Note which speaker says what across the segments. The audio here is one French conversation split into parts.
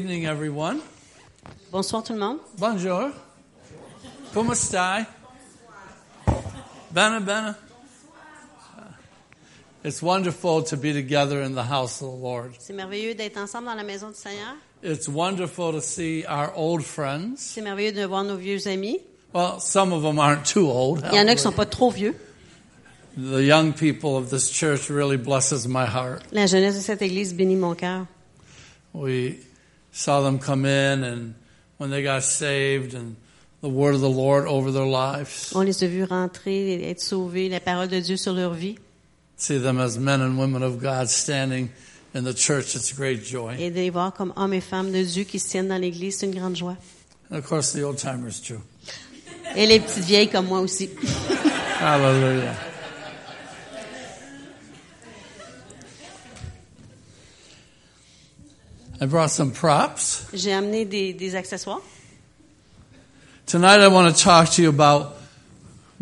Speaker 1: Evening, everyone.
Speaker 2: Bonsoir tout le monde.
Speaker 1: Bonjour. Comment stai? Bene, bene. It's wonderful to be together in the house of the Lord.
Speaker 2: C'est merveilleux d'être ensemble dans la maison du Seigneur.
Speaker 1: It's wonderful to see our old friends.
Speaker 2: C'est merveilleux de voir nos vieux amis.
Speaker 1: Well, some of them aren't too old.
Speaker 2: Il y en a qui sont pas trop vieux.
Speaker 1: The young people of this church really blesses my heart.
Speaker 2: La jeunesse de cette église bénit mon cœur.
Speaker 1: We saw them come in and when they got saved and the word of the Lord over their lives.
Speaker 2: On les a vus rentrer, être sauvés, la parole de Dieu sur leur vie
Speaker 1: See them as men and women of God standing in the church. It's a great joy.
Speaker 2: et de les voir comme hommes et femmes de Dieu qui se tiennent dans l'église, c'est une grande joie.
Speaker 1: And of course, the old timers too.
Speaker 2: Et les petites vieilles comme moi aussi.
Speaker 1: Hallelujah. I brought some props.
Speaker 2: J'ai amené des, des accessoires.
Speaker 1: Tonight, I want to talk to you about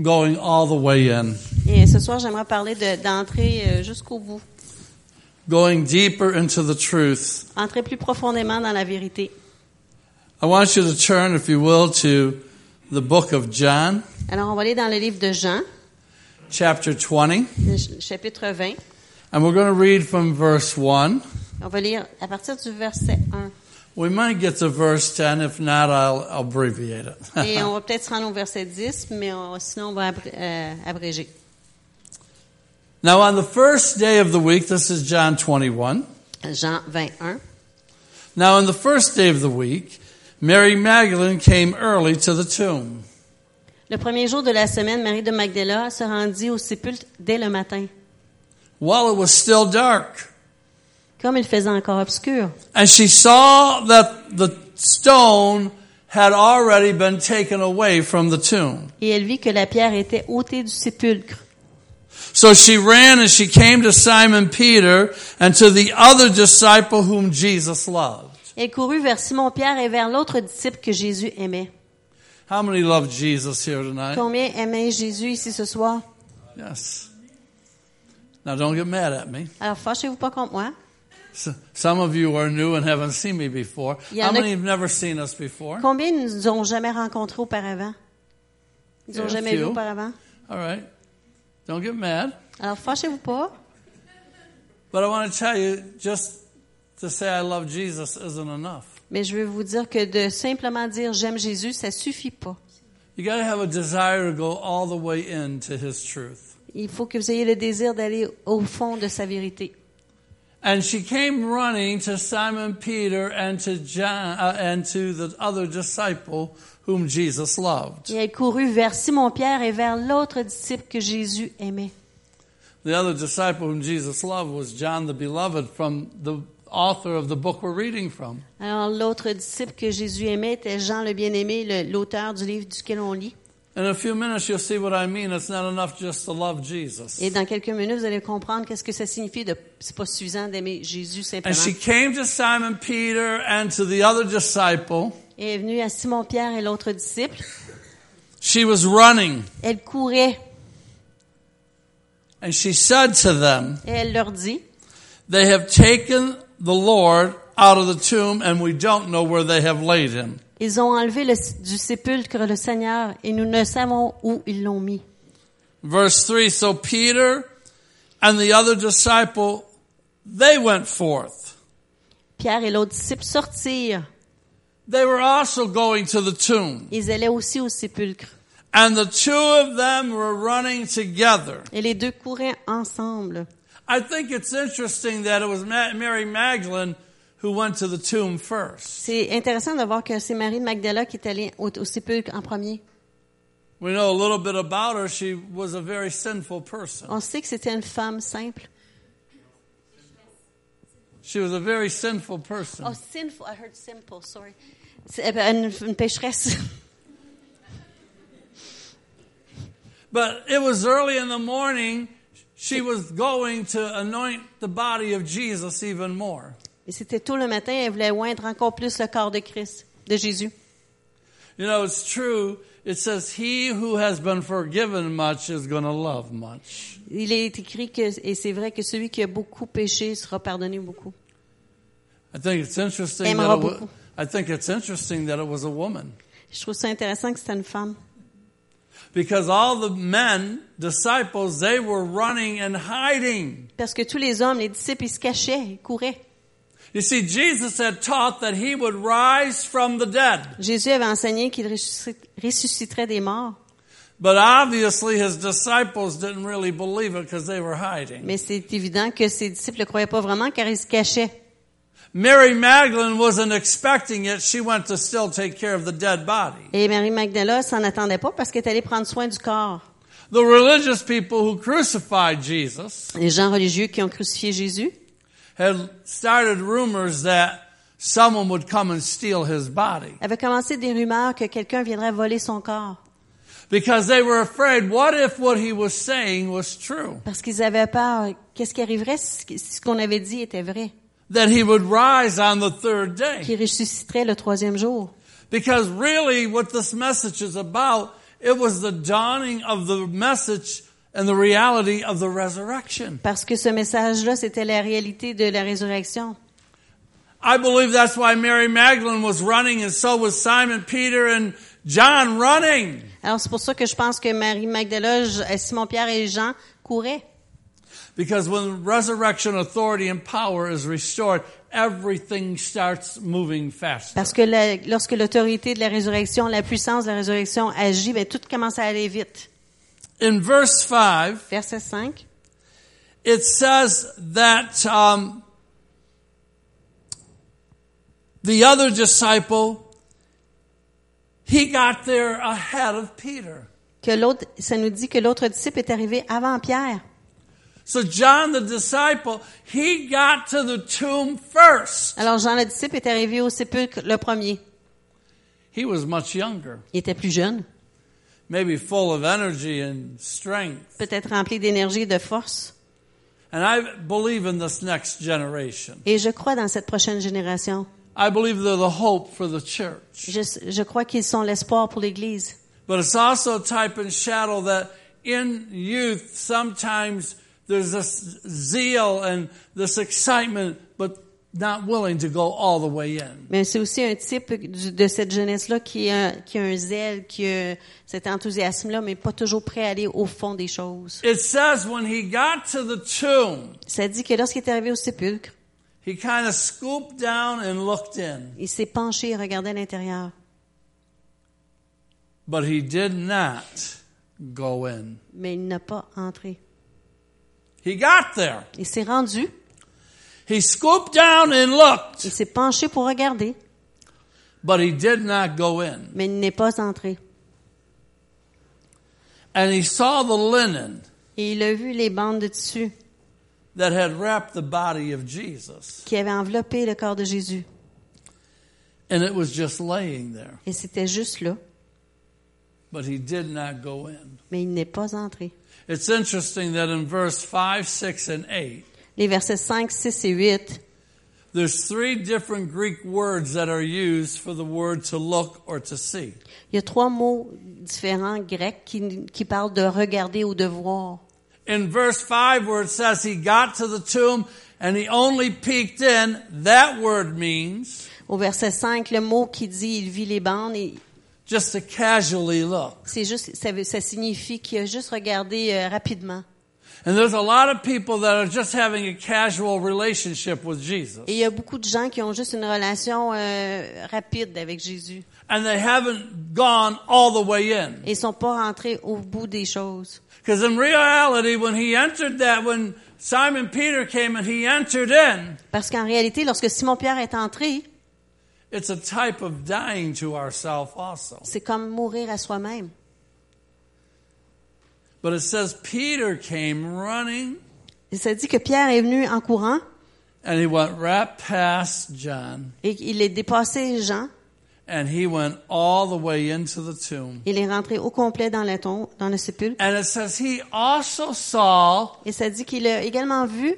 Speaker 1: going all the way in,
Speaker 2: Et ce soir, j'aimerais parler de- d'entrer euh, jusqu'au bout,
Speaker 1: going deeper into the truth.
Speaker 2: entrer plus profondément dans la vérité.
Speaker 1: I want you to turn, if you will, to the book of John,
Speaker 2: Alors, on va aller dans le livre de Jean,
Speaker 1: chapter 20,
Speaker 2: le ch- chapitre 20.
Speaker 1: and we're going to read from verse 1.
Speaker 2: On va lire à partir du verset 1.
Speaker 1: We might get to verse 10. If not, I'll abbreviate it.
Speaker 2: Et on va peut-être se rendre au verset 10, mais on- sinon on va abré- euh, abréger.
Speaker 1: now, on the first day of the week, this is John 21.
Speaker 2: Jean 21.
Speaker 1: Now, on the first day of the week, Mary Magdalene came early to the tomb.
Speaker 2: Le premier jour de la semaine, Marie de Magdala se rendit au sépulcre dès le matin,
Speaker 1: While it was still dark,
Speaker 2: comme il faisait encore obscur.
Speaker 1: and she saw that the stone had already been taken away from the tomb.
Speaker 2: Et elle vit que la pierre était ôtée du sépulcre.
Speaker 1: So she ran and she came to Simon Peter and to the other disciple whom Jesus loved.
Speaker 2: Elle courut vers Simon-Pierre et vers l'autre disciple que Jésus aimait.
Speaker 1: How many love Jesus here tonight?
Speaker 2: Combien aimait Jésus ici ce soir?
Speaker 1: Yes. Now don't get mad at me.
Speaker 2: Alors, fâchez-vous pas contre moi.
Speaker 1: S- Some of you are new and haven't seen me before.
Speaker 2: Yeah,
Speaker 1: How
Speaker 2: look-
Speaker 1: many have never seen us before?
Speaker 2: Combien ne nous ont jamais rencontrés auparavant? Ils
Speaker 1: Yeah,
Speaker 2: ont jamais vu
Speaker 1: few.
Speaker 2: auparavant.
Speaker 1: All right. Don't get mad.
Speaker 2: Alors, fâchez-vous pas.
Speaker 1: But I want to tell you just to say I love Jesus isn't enough.
Speaker 2: Mais je veux vous dire que de simplement dire j'aime Jésus, ça suffit pas.
Speaker 1: You got to have a desire to go all the way into his truth.
Speaker 2: Il faut que vous ayez le désir d'aller au fond de sa vérité.
Speaker 1: And she came running to Simon Peter and to John uh, and to the other disciple whom Jesus loved.
Speaker 2: Et elle courut vers Simon-Pierre et vers l'autre disciple que Jésus aimait.
Speaker 1: The other disciple whom Jesus loved was John the Beloved, from the author of the book we're reading from.
Speaker 2: Alors l'autre disciple que Jésus aimait était Jean le bien-aimé, le- l'auteur du livre duquel on lit.
Speaker 1: In a few minutes, you'll see what I mean. It's not enough just to love Jesus.
Speaker 2: Et dans quelques minutes, vous allez comprendre qu'est-ce que ça signifie de c'est pas suffisant d'aimer Jésus
Speaker 1: And she
Speaker 2: simplement.
Speaker 1: came to Simon Peter and to the other disciple.
Speaker 2: Elle est venue à Simon-Pierre et l'autre disciple.
Speaker 1: She was running,
Speaker 2: Elle courait
Speaker 1: and she said to them,
Speaker 2: et elle leur dit
Speaker 1: They have taken the Lord out of the tomb, and we don't know where they have laid him.
Speaker 2: Ils ont enlevé le- du sépulcre le Seigneur et nous ne savons où ils l'ont mis.
Speaker 1: Verse 3 So Peter and the other disciple, they went forth.
Speaker 2: Pierre et l'autre disciple sortirent.
Speaker 1: They were also going to the tomb.
Speaker 2: Ils allaient aussi au sépulcre.
Speaker 1: And the two of them were running together.
Speaker 2: Et les deux couraient ensemble.
Speaker 1: I think it's interesting that it was Ma- Mary Magdalene who went to the tomb first.
Speaker 2: C'est intéressant de voir que c'est Marie de Magdala qui est allée au, au sépulcre en premier.
Speaker 1: We know a little bit about her. She was a very sinful person.
Speaker 2: On sait que c'était une femme simple.
Speaker 1: She was a very sinful person.
Speaker 2: Oh, sinful. I heard simple, sorry. C'est euh, une, une pécheresse.
Speaker 1: But it was early in the morning. She was going to anoint the body of Jesus even more.
Speaker 2: Et c'était tôt le matin, elle voulait oindre encore plus le corps de Christ, de Jésus.
Speaker 1: You know, it's true. It says, He who has been forgiven much is going to love much.
Speaker 2: Il est écrit que, et c'est vrai que celui qui a beaucoup péché sera pardonné beaucoup.
Speaker 1: I think it's interesting that
Speaker 2: Aimera
Speaker 1: it wa-
Speaker 2: beaucoup.
Speaker 1: I think it's interesting that it was a woman
Speaker 2: Je trouve ça intéressant que c'était une femme.
Speaker 1: because all the men disciples they were running and hiding.
Speaker 2: Parce que tous les hommes, les disciples, ils se cachaient, ils couraient.
Speaker 1: You see, Jesus had taught that he would rise from the dead,
Speaker 2: Jésus avait enseigné qu'il ressuscite- ressusciterait des morts,
Speaker 1: but obviously his disciples didn't really believe it because they were hiding.
Speaker 2: mais c'est évident que ses disciples ne le croyaient pas vraiment car ils se cachaient.
Speaker 1: Mary Magdalene wasn't expecting it; she went to still take care of the dead body.
Speaker 2: Et Marie Magdala s'en attendait pas parce qu'elle est allée prendre soin du corps.
Speaker 1: The religious people who crucified Jesus
Speaker 2: Les gens religieux qui ont crucifié Jésus
Speaker 1: had started rumors that someone would come and steal his body
Speaker 2: avaient commencé des rumeurs que quelqu'un viendrait voler son corps
Speaker 1: because they were afraid what if what he was saying was true?
Speaker 2: parce qu'ils avaient peur. Qu'est-ce qui arriverait si si ce qu'on avait dit était vrai?
Speaker 1: That he would rise on the third day.
Speaker 2: Qu'il ressusciterait le troisième jour.
Speaker 1: Because really what this message is about, it was the dawning of the message and the reality of the resurrection.
Speaker 2: Parce que ce message-là, c'était la réalité de la résurrection.
Speaker 1: I believe that's why Mary Magdalene was running and so was Simon Peter and John running.
Speaker 2: Alors c'est pour ça que je pense que Marie Magdala, J- euh, Simon-Pierre et Jean couraient.
Speaker 1: Because when resurrection authority and power is restored, everything starts moving faster.
Speaker 2: Parce que la- lorsque l'autorité de la résurrection, la puissance de la résurrection agit, ben tout commence à aller vite.
Speaker 1: In verse 5,
Speaker 2: Verset 5.
Speaker 1: it says that um, the other disciple, he got there ahead of Peter.
Speaker 2: Que l'autre, ça nous dit que l'autre disciple est arrivé avant Pierre.
Speaker 1: So John the disciple, he got to the tomb first.
Speaker 2: Alors Jean le disciple est arrivé au sépulcre le premier.
Speaker 1: He was much younger,
Speaker 2: Il était plus jeune,
Speaker 1: maybe full of energy and strength.
Speaker 2: peut-être rempli d'énergie et de force.
Speaker 1: And I believe in this next generation.
Speaker 2: Et je crois dans cette prochaine génération.
Speaker 1: I believe they're the hope for the church.
Speaker 2: Je, je crois qu'ils sont l'espoir pour l'Église.
Speaker 1: But it's also a type and shadow that in youth, sometimes there's this zeal and this excitement, but not willing to go all the way in.
Speaker 2: Mais c'est aussi un type du- de cette jeunesse-là qui a, qui a un zèle, qui a cet enthousiasme-là, mais pas toujours prêt à aller au fond des choses.
Speaker 1: It says when he got to the tomb,
Speaker 2: Ça dit que lorsqu'il est arrivé au sépulcre,
Speaker 1: he kind of scooped down and looked in,
Speaker 2: il s'est penché et regardait à l'intérieur,
Speaker 1: but he did not go in.
Speaker 2: mais il n'a pas entré.
Speaker 1: He got there.
Speaker 2: Il s'est rendu,
Speaker 1: He scooped down and looked,
Speaker 2: il s'est penché pour regarder,
Speaker 1: but he did not go in.
Speaker 2: mais il n'est pas entré.
Speaker 1: And he saw the linen
Speaker 2: Et il a vu les bandes de tissu
Speaker 1: that had wrapped the body of Jesus.
Speaker 2: qui avaient enveloppé le corps de Jésus.
Speaker 1: And it was just laying there.
Speaker 2: Et c'était juste là,
Speaker 1: But he did not go in.
Speaker 2: mais il n'est pas entré.
Speaker 1: It's interesting that in verse 5, 6, and 8,
Speaker 2: Les versets 5, 6 et 8,
Speaker 1: there's three different Greek words that are used for the word to look or to see.
Speaker 2: il y a trois mots différents grecs qui, qui parlent de regarder ou de voir.
Speaker 1: In verse 5, where it says he got to the tomb and he only peeked in, that word means
Speaker 2: Au verset 5, le mot qui dit il vit les bandes, et
Speaker 1: just to casually look.
Speaker 2: c'est juste, ça, veut- ça signifie qu'il a juste regardé euh, rapidement.
Speaker 1: And there's a lot of people that are just having a casual relationship with Jesus.
Speaker 2: Et il y a beaucoup de gens qui ont juste une relation euh, rapide avec Jésus
Speaker 1: And they haven't gone all the way in.
Speaker 2: et ils sont pas rentrés au bout des choses.
Speaker 1: Because in reality, when he entered that, when Simon Peter came and he entered in,
Speaker 2: Parce qu'en réalité, lorsque Simon-Pierre est entré,
Speaker 1: it's a type of dying to ourselves also.
Speaker 2: c'est comme mourir à soi-même.
Speaker 1: But it says Peter came running
Speaker 2: Et ça dit que Pierre est venu en courant
Speaker 1: and he went right past John
Speaker 2: et il est dépassé Jean.
Speaker 1: and he went all the way into the tomb.
Speaker 2: Il est rentré au complet dans le tombe, dans le sépulcre.
Speaker 1: And it says he also saw
Speaker 2: Et ça dit qu'il a également vu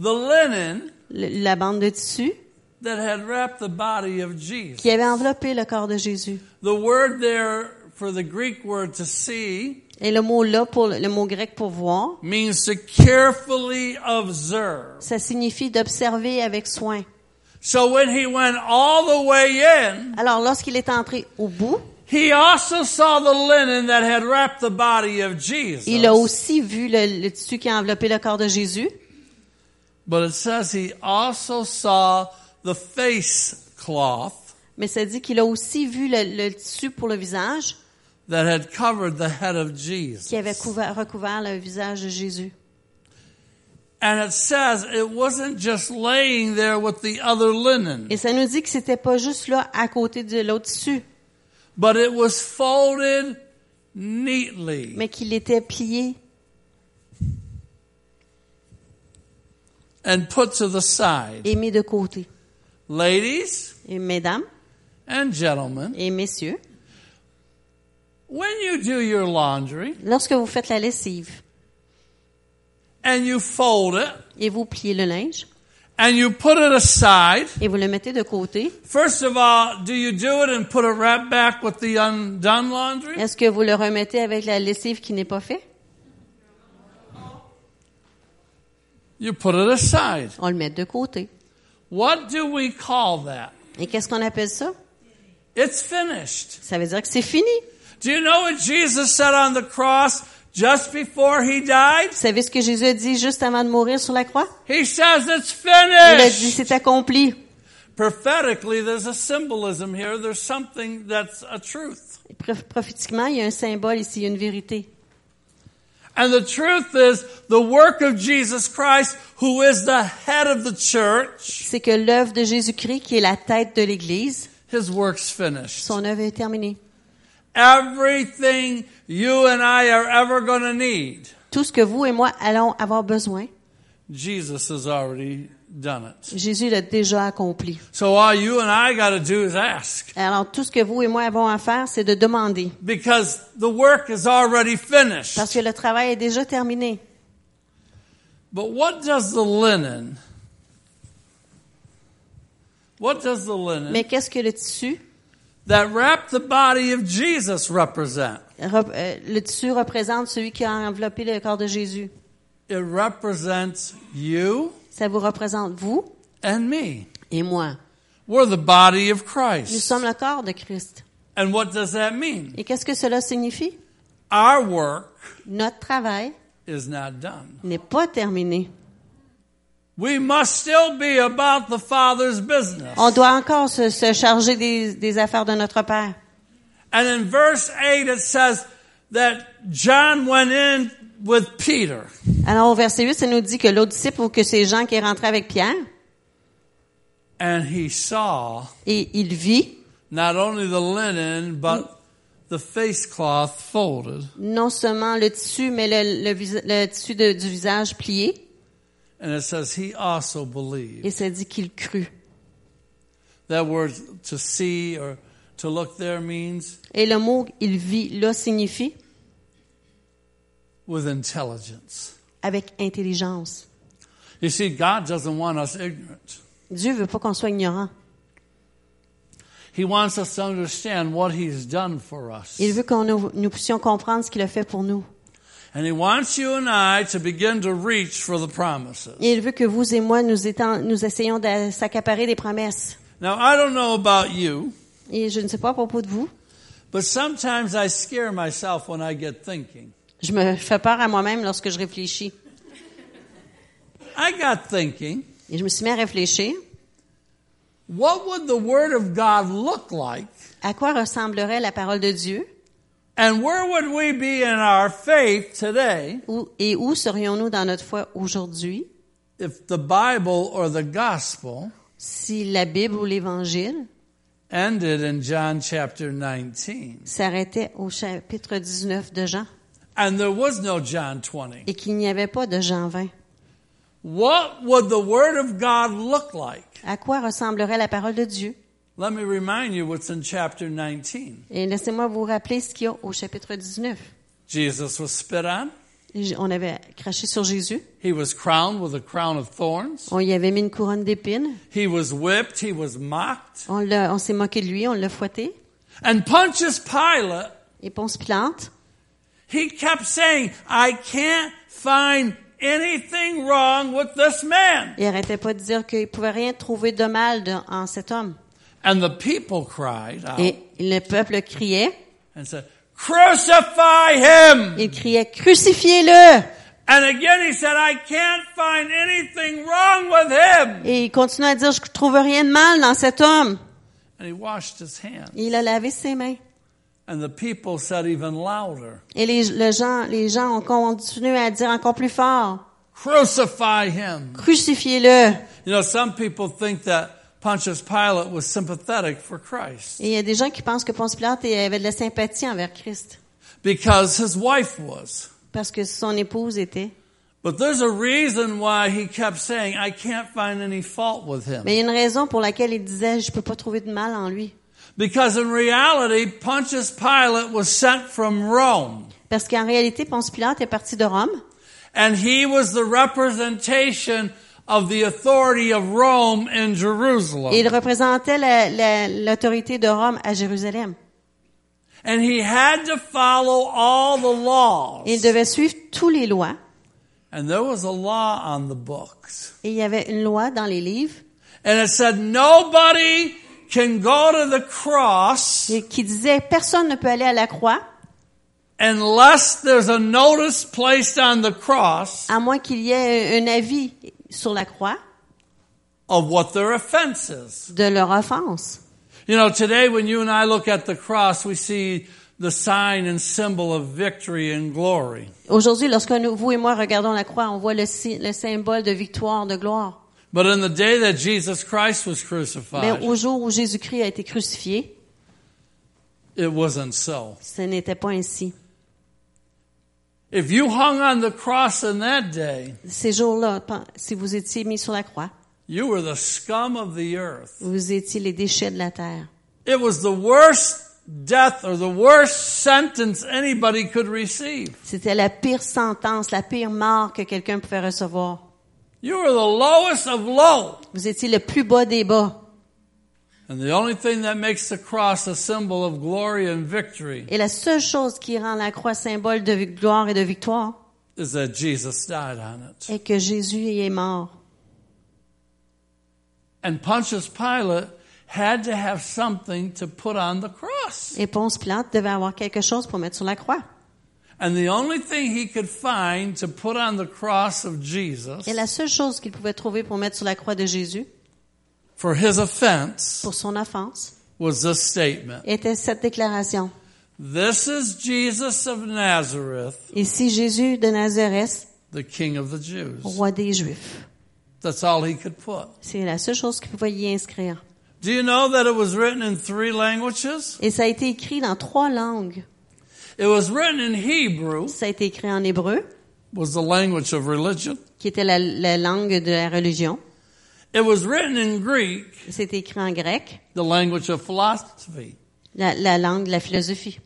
Speaker 1: the linen
Speaker 2: le- la bande de tissu
Speaker 1: that had wrapped the body of Jesus.
Speaker 2: qui avait enveloppé le corps de Jésus.
Speaker 1: The word there for the Greek word to see
Speaker 2: Et le mot là, pour le le mot grec pour voir,
Speaker 1: means to carefully observe.
Speaker 2: ça signifie d'observer avec soin.
Speaker 1: So when he went all the way in,
Speaker 2: Alors, lorsqu'il est entré au bout,
Speaker 1: he also saw the linen that had wrapped the body of
Speaker 2: il
Speaker 1: Jesus.
Speaker 2: a aussi vu le, le tissu qui a enveloppé le corps de Jésus,
Speaker 1: But it says he also saw the face cloth
Speaker 2: mais ça dit qu'il a aussi vu le, le tissu pour le visage
Speaker 1: that had covered the head of
Speaker 2: qui avait
Speaker 1: Jesus.
Speaker 2: couvert- recouvert le visage de Jésus.
Speaker 1: And it says it wasn't just laying there with the other linen,
Speaker 2: Et ça nous dit que c'était pas juste là à côté de l'autre tissu,
Speaker 1: but it was folded neatly.
Speaker 2: mais qu'il était plié
Speaker 1: and put to the side.
Speaker 2: et mis de côté.
Speaker 1: Ladies
Speaker 2: Et mesdames
Speaker 1: and gentlemen,
Speaker 2: et messieurs,
Speaker 1: when you do your laundry
Speaker 2: lorsque vous faites la lessive
Speaker 1: and you fold it
Speaker 2: et vous pliez le linge
Speaker 1: and you put it aside,
Speaker 2: et vous le mettez de côté,
Speaker 1: first of all, do you do it and put it right back with the undone laundry?
Speaker 2: est-ce que vous le remettez avec la lessive qui n'est pas faite?
Speaker 1: You put it aside.
Speaker 2: On le met de côté.
Speaker 1: What do we call that?
Speaker 2: Et qu'est-ce qu'on appelle ça?
Speaker 1: It's finished.
Speaker 2: Ça veut dire que c'est fini.
Speaker 1: Do you know what Jesus said on the cross just before he died?
Speaker 2: Vous savez ce que Jésus a dit juste avant de mourir sur la croix?
Speaker 1: He says it's
Speaker 2: Il a dit,
Speaker 1: finished.
Speaker 2: c'est accompli.
Speaker 1: Prophetically, there's a symbolism here. There's something that's a truth.
Speaker 2: Prof- Prophétiquement, il y a un symbole ici, il y a une vérité.
Speaker 1: And the truth is, the work of Jesus Christ, who is the head of the church,
Speaker 2: C'est que l'œuvre de Jésus-Christ, qui est la tête de l'Église,
Speaker 1: his work's finished.
Speaker 2: son œuvre est terminée.
Speaker 1: Everything you and I are ever going to need,
Speaker 2: Tout ce que vous et moi allons avoir besoin,
Speaker 1: Jesus has already done it.
Speaker 2: Jésus l'a déjà accompli.
Speaker 1: So all you and I got to do is ask,
Speaker 2: Alors, tout ce que vous et moi avons à faire, c'est de demander.
Speaker 1: because the work is already finished.
Speaker 2: Parce que le travail est déjà terminé.
Speaker 1: But what does the linen, what does the linen
Speaker 2: Mais qu'est-ce que le tissu?
Speaker 1: that wrapped the body of Jesus represent?
Speaker 2: Rep- euh, Le tissu représente celui qui a enveloppé le corps de Jésus.
Speaker 1: It represents you
Speaker 2: Ça vous représente vous
Speaker 1: and me.
Speaker 2: et moi.
Speaker 1: We're the body of
Speaker 2: Nous
Speaker 1: Christ.
Speaker 2: sommes le corps de Christ.
Speaker 1: And what does that mean?
Speaker 2: Et qu'est-ce que cela signifie?
Speaker 1: Our work
Speaker 2: Notre travail
Speaker 1: is not done.
Speaker 2: n'est pas terminé.
Speaker 1: We must still be about the Father's business.
Speaker 2: On doit encore se, se charger des, des affaires de notre Père.
Speaker 1: And in verse 8, it says that John went in with Peter.
Speaker 2: Alors, au verset 8, ça nous dit que l'autre disciple ou que c'est Jean qui est rentré avec Pierre,
Speaker 1: And he saw
Speaker 2: et il vit
Speaker 1: not only the linen, but the face cloth folded.
Speaker 2: non seulement le tissu, mais le, le vis- le tissu de- du visage plié,
Speaker 1: And it says he also believed.
Speaker 2: et ça dit qu'il crut.
Speaker 1: That word to see or to look there means
Speaker 2: Et le mot il vit là signifie
Speaker 1: with intelligence.
Speaker 2: avec intelligence.
Speaker 1: You see, God doesn't want us ignorant.
Speaker 2: Dieu veut pas qu'on soit ignorant.
Speaker 1: He wants us to understand what He's done for us.
Speaker 2: Il veut qu'on nous, nous puissions comprendre ce qu'il a fait pour nous.
Speaker 1: And He wants you and I to begin to reach for the promises.
Speaker 2: Et il veut que vous et moi nous, étant, nous essayons de s'accaparer des promesses.
Speaker 1: Now, I don't know about you,
Speaker 2: Et je ne sais pas à propos de vous,
Speaker 1: but sometimes I scare myself when I get thinking.
Speaker 2: je me fais peur à moi-même lorsque je réfléchis.
Speaker 1: I got thinking,
Speaker 2: Et je me suis mis à réfléchir.
Speaker 1: what would the Word of God look like?
Speaker 2: À quoi ressemblerait la parole de Dieu?
Speaker 1: And where would we be in our faith today
Speaker 2: Où, et où serions-nous dans notre foi aujourd'hui?
Speaker 1: if the Bible or the Gospel
Speaker 2: si la Bible ou l'Évangile
Speaker 1: ended in John chapter 19?
Speaker 2: s'arrêtait au chapitre 19 de Jean
Speaker 1: And there was no John 20.
Speaker 2: et qu'il n'y avait pas de Jean 20.
Speaker 1: What would the Word of God look like?
Speaker 2: À quoi ressemblerait la parole de Dieu?
Speaker 1: Let me remind you what's in chapter 19.
Speaker 2: Et laissez-moi vous rappeler ce qu'il y a au chapitre 19.
Speaker 1: Jesus was spit on.
Speaker 2: J- On avait craché sur Jésus,
Speaker 1: He was crowned with a crown of thorns.
Speaker 2: on y avait mis une couronne d'épines,
Speaker 1: He was whipped. He was mocked.
Speaker 2: on, l'a- on s'est moqué de lui, on l'a fouetté.
Speaker 1: And Pontius Pilate,
Speaker 2: Et Ponce Pilate,
Speaker 1: he kept saying, I can't find anything wrong with this man.
Speaker 2: Il arrêtait pas de dire qu'il pouvait rien trouver de mal de- en cet homme.
Speaker 1: And the people cried out
Speaker 2: Et le peuple criait.
Speaker 1: and said, Crucify him!
Speaker 2: Il criait, crucifiez-le!
Speaker 1: And again he said, I can't find anything wrong with him.
Speaker 2: Et il continuait à dire, je trouve rien de mal dans cet homme.
Speaker 1: And he washed his hands.
Speaker 2: Et il a lavé ses mains.
Speaker 1: And the people said even louder,
Speaker 2: Et les, le gens, les gens ont continué à dire encore plus fort,
Speaker 1: Crucify him!
Speaker 2: crucifiez-le!
Speaker 1: You know, some people think that Pontius Pilate was sympathetic for Christ
Speaker 2: Et il y a des gens qui pensent que Ponce Pilate avait de la sympathie envers Christ.
Speaker 1: because his wife was.
Speaker 2: Parce que son épouse était.
Speaker 1: But there's a reason why he kept saying, I can't find any fault with him.
Speaker 2: Mais il y a une raison pour laquelle il disait, je peux pas trouver de mal en lui.
Speaker 1: Because in reality, Pontius Pilate was sent from Rome,
Speaker 2: Parce qu'en réalité, Ponce Pilate est parti de Rome.
Speaker 1: and he was the representation of the authority of Rome in
Speaker 2: Et il
Speaker 1: Jerusalem.
Speaker 2: représentait la- la- l'autorité de Rome à Jérusalem.
Speaker 1: And he had to follow all the
Speaker 2: Et il
Speaker 1: laws.
Speaker 2: devait suivre tous les lois.
Speaker 1: And there was a law on the books.
Speaker 2: Et il y avait une loi dans les livres
Speaker 1: And it said nobody can go to the cross
Speaker 2: et qui disait personne ne peut aller à la croix
Speaker 1: unless there's a notice placed on the cross
Speaker 2: à moins qu'il y ait un avis sur la croix
Speaker 1: of what their offense is.
Speaker 2: de leur offense.
Speaker 1: You know, today when you and I look at the cross, we see the sign and symbol of victory and glory.
Speaker 2: Aujourd'hui, lorsque nous, vous et moi regardons la croix, on voit le, sy- le symbole de victoire, de gloire.
Speaker 1: But in the day that Jesus Christ was
Speaker 2: Mais
Speaker 1: crucified,
Speaker 2: au jour où Jésus-Christ a été crucifié,
Speaker 1: it wasn't so.
Speaker 2: ce n'était pas ainsi.
Speaker 1: If you hung on the cross in that day,
Speaker 2: Ces jours-là, pen- si vous étiez mis sur la croix,
Speaker 1: you were the scum of the earth.
Speaker 2: vous étiez les déchets de la terre.
Speaker 1: It was the worst death or the worst sentence anybody could receive.
Speaker 2: C'était la pire sentence, la pire mort que quelqu'un pouvait recevoir.
Speaker 1: You were the lowest of low.
Speaker 2: Vous étiez le plus bas des bas.
Speaker 1: And the only thing that makes the cross a symbol of glory and victory
Speaker 2: Et la seule chose qui rend la croix symbole de gloire et de victoire
Speaker 1: is that Jesus died on it.
Speaker 2: est que Jésus y est mort.
Speaker 1: And Pontius Pilate had to have something to put on the cross.
Speaker 2: Et Ponce Pilate devait avoir quelque chose pour mettre sur la croix.
Speaker 1: And the only thing he could find to put on the cross of
Speaker 2: Et
Speaker 1: Jesus
Speaker 2: la seule chose qu'il pouvait trouver pour mettre sur la croix de Jésus,
Speaker 1: for his offense
Speaker 2: pour son offense,
Speaker 1: was this statement.
Speaker 2: était cette déclaration.
Speaker 1: This is Jesus of Nazareth,
Speaker 2: Ici Jésus de Nazareth,
Speaker 1: the King of the Jews.
Speaker 2: roi des Juifs.
Speaker 1: That's all he could put.
Speaker 2: C'est la seule chose qu'il pouvait y inscrire.
Speaker 1: Do you know that it was written in three languages?
Speaker 2: Et ça a été écrit dans trois langues.
Speaker 1: It was written in Hebrew,
Speaker 2: Ça a été écrit en hébreu,
Speaker 1: was the language of religion.
Speaker 2: qui était la, la langue de la religion.
Speaker 1: It was written in Greek,
Speaker 2: C'est écrit en grec,
Speaker 1: the language of philosophy.
Speaker 2: la, la langue de la philosophie.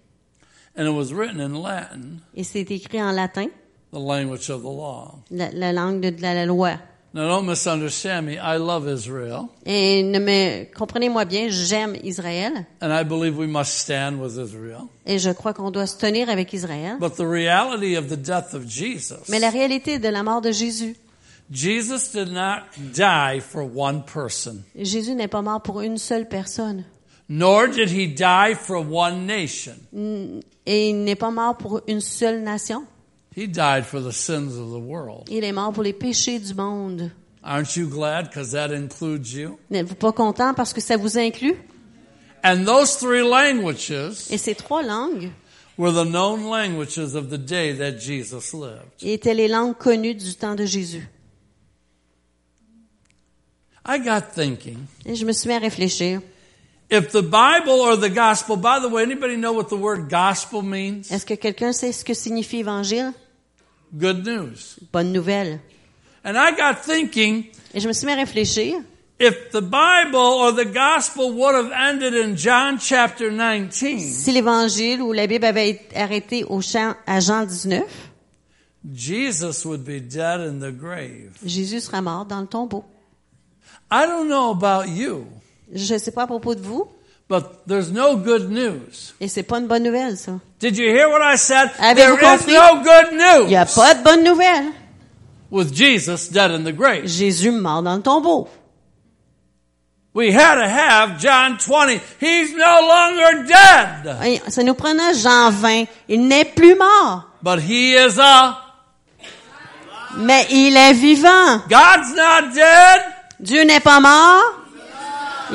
Speaker 1: And it was written in Latin,
Speaker 2: Et c'est écrit en latin,
Speaker 1: the language of the law.
Speaker 2: la, la langue de, de la, la loi.
Speaker 1: Now, don't misunderstand me. I love Israel,
Speaker 2: Et ne me comprenez-moi bien, j'aime Israël
Speaker 1: and I believe we must stand with Israel.
Speaker 2: et je crois qu'on doit se tenir avec Israël.
Speaker 1: But the reality of the death of Jesus,
Speaker 2: Mais la réalité de la mort de Jésus,
Speaker 1: Jesus did not die for one person,
Speaker 2: Jésus n'est pas mort pour une seule personne
Speaker 1: nor did he die for one nation.
Speaker 2: et il n'est pas mort pour une seule nation.
Speaker 1: He died for the sins of the world.
Speaker 2: Il est mort pour les péchés du monde.
Speaker 1: Aren't you glad? Because that includes you.
Speaker 2: N'êtes-vous pas content parce que ça vous inclut?
Speaker 1: And those three languages
Speaker 2: Et ces trois langues
Speaker 1: were the known languages of the day that Jesus lived.
Speaker 2: étaient les langues connues du temps de Jésus.
Speaker 1: I got thinking.
Speaker 2: Et je me suis mis à réfléchir.
Speaker 1: If the Bible or the gospel, by the way, anybody know what the word gospel means?
Speaker 2: Est-ce que quelqu'un sait ce que signifie évangile?
Speaker 1: Good news.
Speaker 2: Bonne nouvelle.
Speaker 1: And I got thinking,
Speaker 2: Et je me suis mis à réfléchir.
Speaker 1: if the Bible or the gospel would have ended in John chapter 19,
Speaker 2: Si l'évangile ou la Bible avait été arrêté au champ à Jean 19,
Speaker 1: Jesus would be dead in the grave.
Speaker 2: Jésus sera mort dans le tombeau.
Speaker 1: I don't know about you,
Speaker 2: Je ne sais pas à propos de vous,
Speaker 1: but there's no good news.
Speaker 2: et c'est pas une bonne nouvelle, ça.
Speaker 1: Did you hear what I said?
Speaker 2: Avez-vous
Speaker 1: There is
Speaker 2: compris?
Speaker 1: no good news.
Speaker 2: Il n'y a pas de bonne nouvelle.
Speaker 1: with Jesus dead in the grave.
Speaker 2: Jésus mort dans le tombeau.
Speaker 1: We had to have John 20. He's no longer dead,
Speaker 2: Et Ça nous prenait Jean 20. Il n'est plus mort,
Speaker 1: but he is a,
Speaker 2: mais il est vivant.
Speaker 1: God's not dead,
Speaker 2: Dieu n'est pas mort.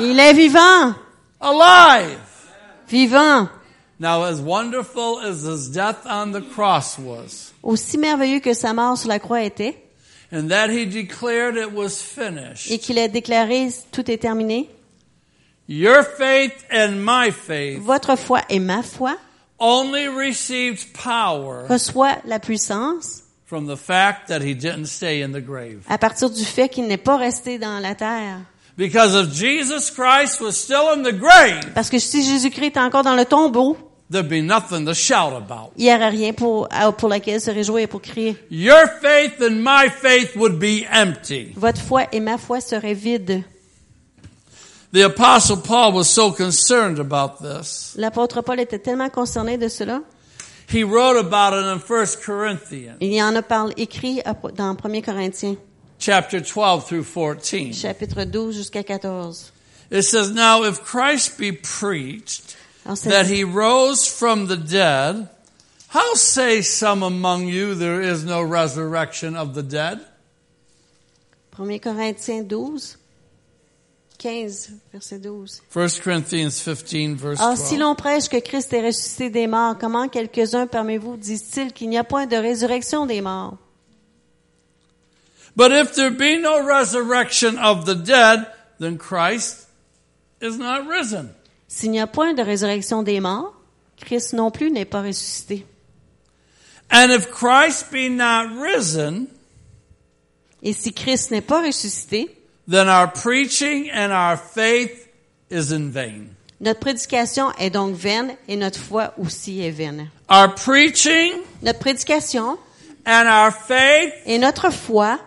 Speaker 2: Il est vivant.
Speaker 1: alive.
Speaker 2: Vivant.
Speaker 1: Now, as wonderful as his death on the cross was,
Speaker 2: Aussi merveilleux que sa mort sur la croix était,
Speaker 1: and that he declared it was finished,
Speaker 2: et qu'il a déclaré tout est terminé,
Speaker 1: your faith and my faith
Speaker 2: votre foi et ma foi
Speaker 1: only received power
Speaker 2: reçoit la puissance
Speaker 1: from the fact that he didn't stay in the grave.
Speaker 2: à partir du fait qu'il n'est pas resté dans la terre.
Speaker 1: Because if Jesus Christ was still in the grave,
Speaker 2: Parce que si Jésus-Christ était encore dans le tombeau,
Speaker 1: there'd be nothing to shout about.
Speaker 2: il n'y aurait rien pour, à- pour laquelle se réjouir et pour crier.
Speaker 1: Your faith and my faith would be empty.
Speaker 2: Votre foi et ma foi seraient vides.
Speaker 1: The apostle Paul was so concerned about this.
Speaker 2: L'apôtre Paul était tellement concerné de cela.
Speaker 1: He wrote about it in 1 Corinthians
Speaker 2: Il y en a parlé, écrit à- dans 1 Corinthiens,
Speaker 1: chapter 12 through 14.
Speaker 2: chapitre 12 jusqu'à 14.
Speaker 1: It says, Now if Christ be preached
Speaker 2: Alors, c'est-
Speaker 1: that he rose from the dead, how say some among you there is no resurrection of the dead?
Speaker 2: 1 Corinthiens 12, 15, verset 12.
Speaker 1: 1 Corinthians 15 verse
Speaker 2: Or, si
Speaker 1: 12.
Speaker 2: l'on prêche que Christ est ressuscité des morts, comment quelques-uns parmi vous disent-ils qu'il n'y a point de résurrection des morts?
Speaker 1: But if there be no resurrection of the dead, then Christ is not risen.
Speaker 2: S'il n'y a point de résurrection des morts, Christ non plus n'est pas ressuscité.
Speaker 1: And if Christ be not risen,
Speaker 2: Et si Christ n'est pas ressuscité,
Speaker 1: then our preaching and our faith is in vain.
Speaker 2: notre prédication est donc vaine et notre foi aussi est vaine.
Speaker 1: Our preaching
Speaker 2: Notre prédication
Speaker 1: and our faith
Speaker 2: et notre foi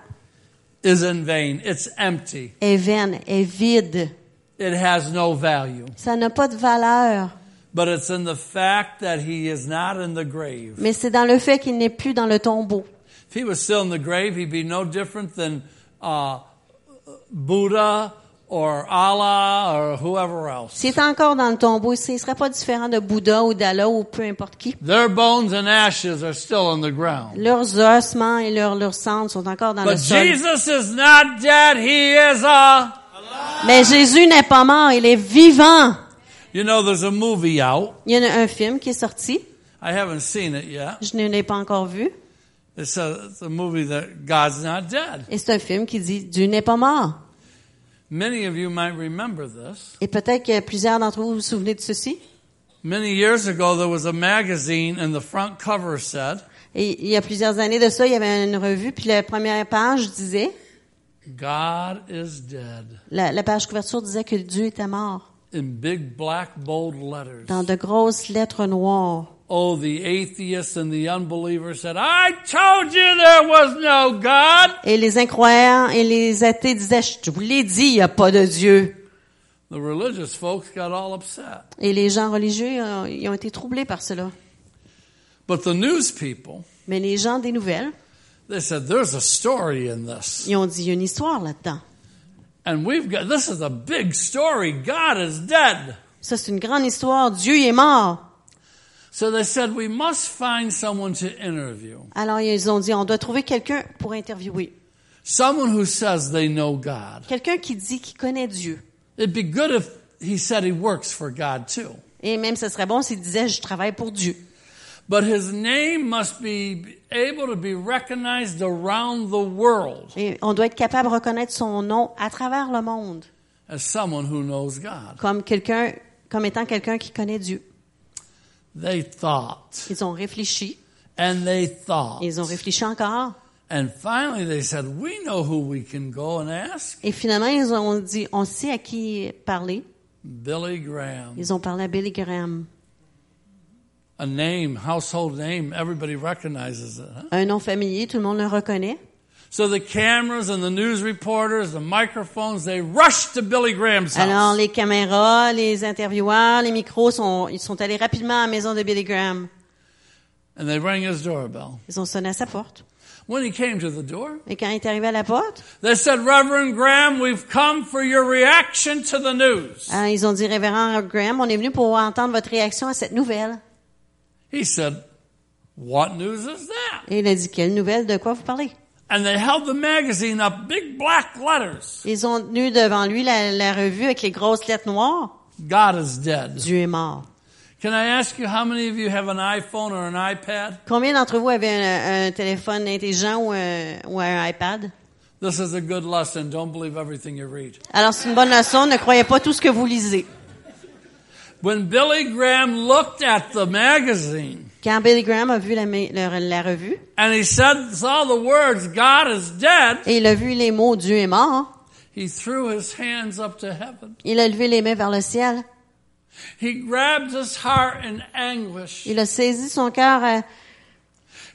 Speaker 1: is in vain. It's empty.
Speaker 2: est vaine, est vide.
Speaker 1: It has no value.
Speaker 2: Ça n'a pas de valeur,
Speaker 1: But it's in the fact that he is not in the grave.
Speaker 2: mais c'est dans le fait qu'il n'est plus dans le tombeau.
Speaker 1: If he was still in the grave, he'd be no different than uh, Buddha or Allah or whoever else.
Speaker 2: S'il était encore dans le tombeau, il ne serait pas différent de Bouddha ou d'Allah ou peu importe qui.
Speaker 1: Their bones and ashes are still on the ground.
Speaker 2: Leurs ossements et leurs leurs cendres sont encore dans le
Speaker 1: But
Speaker 2: sol.
Speaker 1: Jesus is not dead. He is a.
Speaker 2: Mais Jésus n'est pas mort, il est vivant.
Speaker 1: You know, there's a movie out.
Speaker 2: Il y en a un film qui est sorti,
Speaker 1: I haven't seen it yet.
Speaker 2: je ne l'ai pas encore vu,
Speaker 1: It's a, it's a movie that God's not dead.
Speaker 2: et c'est un film qui dit Dieu n'est pas mort.
Speaker 1: Many of you might remember this.
Speaker 2: Et peut-être que plusieurs d'entre vous vous souvenez de ceci.
Speaker 1: Many years ago, there was a magazine, and the front cover said,
Speaker 2: Et il y a plusieurs années de ça, il y avait une revue, puis la première page disait,
Speaker 1: God is dead,
Speaker 2: la, la page couverture disait que Dieu était mort,
Speaker 1: in big black bold letters.
Speaker 2: dans de grosses lettres noires.
Speaker 1: Oh, the atheists and the unbelievers said, I told you there was no God.
Speaker 2: Et les incroyants et les athées disaient, je vous l'ai dit, il n'y a pas de Dieu.
Speaker 1: The religious folks got all upset.
Speaker 2: Et les gens religieux, euh, ils ont été troublés par cela.
Speaker 1: But the news people,
Speaker 2: Mais les gens des nouvelles,
Speaker 1: they said there's a story in this.
Speaker 2: ils ont dit, il y a une histoire là-dedans.
Speaker 1: And we've got this is a big story. God is dead.
Speaker 2: Ça, c'est une grande histoire. Dieu il est mort.
Speaker 1: So they said we must find someone to interview.
Speaker 2: Alors, ils ont dit, on doit trouver quelqu'un pour interviewer.
Speaker 1: Someone who says they know God.
Speaker 2: Quelqu'un qui dit qu'il connaît Dieu.
Speaker 1: It'd be good if he said he works for God too.
Speaker 2: Et même, ce serait bon s'il disait, je travaille pour Dieu.
Speaker 1: But his name must be able to be recognized around the world
Speaker 2: Et on doit être capable de reconnaître son nom à travers le monde,
Speaker 1: as someone who knows God.
Speaker 2: comme quelqu'un, comme étant quelqu'un qui connaît Dieu.
Speaker 1: They thought
Speaker 2: Ils ont réfléchi.
Speaker 1: and they thought.
Speaker 2: Ils ont réfléchi encore.
Speaker 1: And finally they said, We know who we can go and ask.
Speaker 2: Et finalement, ils ont dit, on sait à qui parler.
Speaker 1: Billy Graham.
Speaker 2: Ils ont parlé à Billy Graham.
Speaker 1: A name, household name, everybody recognizes it. Huh?
Speaker 2: Un nom familier, tout le monde le reconnaît.
Speaker 1: So the cameras and the news reporters, the microphones, they rushed to Billy Graham's
Speaker 2: Alors,
Speaker 1: house.
Speaker 2: les caméras, les intervieweurs, les micros, sont, ils sont allés rapidement à la maison de Billy Graham.
Speaker 1: And they rang his doorbell.
Speaker 2: Ils ont sonné à sa porte.
Speaker 1: When he came to the door,
Speaker 2: Et quand il est arrivé à la porte,
Speaker 1: they said, Reverend Graham, we've come for your reaction to the news.
Speaker 2: euh, ils ont dit, Révérend Graham, on est venu pour entendre votre réaction à cette nouvelle.
Speaker 1: He said, What news is that?
Speaker 2: Et il a dit, quelle nouvelle, de quoi vous parlez?
Speaker 1: And they held the magazine up, big black letters.
Speaker 2: Ils ont tenu devant lui la, la revue avec les grosses lettres noires.
Speaker 1: God is dead.
Speaker 2: Dieu est mort.
Speaker 1: Can I ask you how many of you have an iPhone or an iPad?
Speaker 2: Combien d'entre vous avaient un, un téléphone intelligent ou un, ou un iPad?
Speaker 1: This is a good lesson. Don't believe everything you read.
Speaker 2: Alors, c'est une bonne leçon, ne croyez pas tout ce que vous lisez.
Speaker 1: When Billy Graham looked at the magazine
Speaker 2: Quand Billy Graham a vu la, ma- la- la revue
Speaker 1: and he said, saw the words, God is dead,
Speaker 2: et il a vu les mots Dieu est mort, hein,
Speaker 1: he threw his hands up to heaven.
Speaker 2: il a levé les mains vers le ciel.
Speaker 1: He grabbed his heart in anguish.
Speaker 2: Il a saisi son cœur. euh,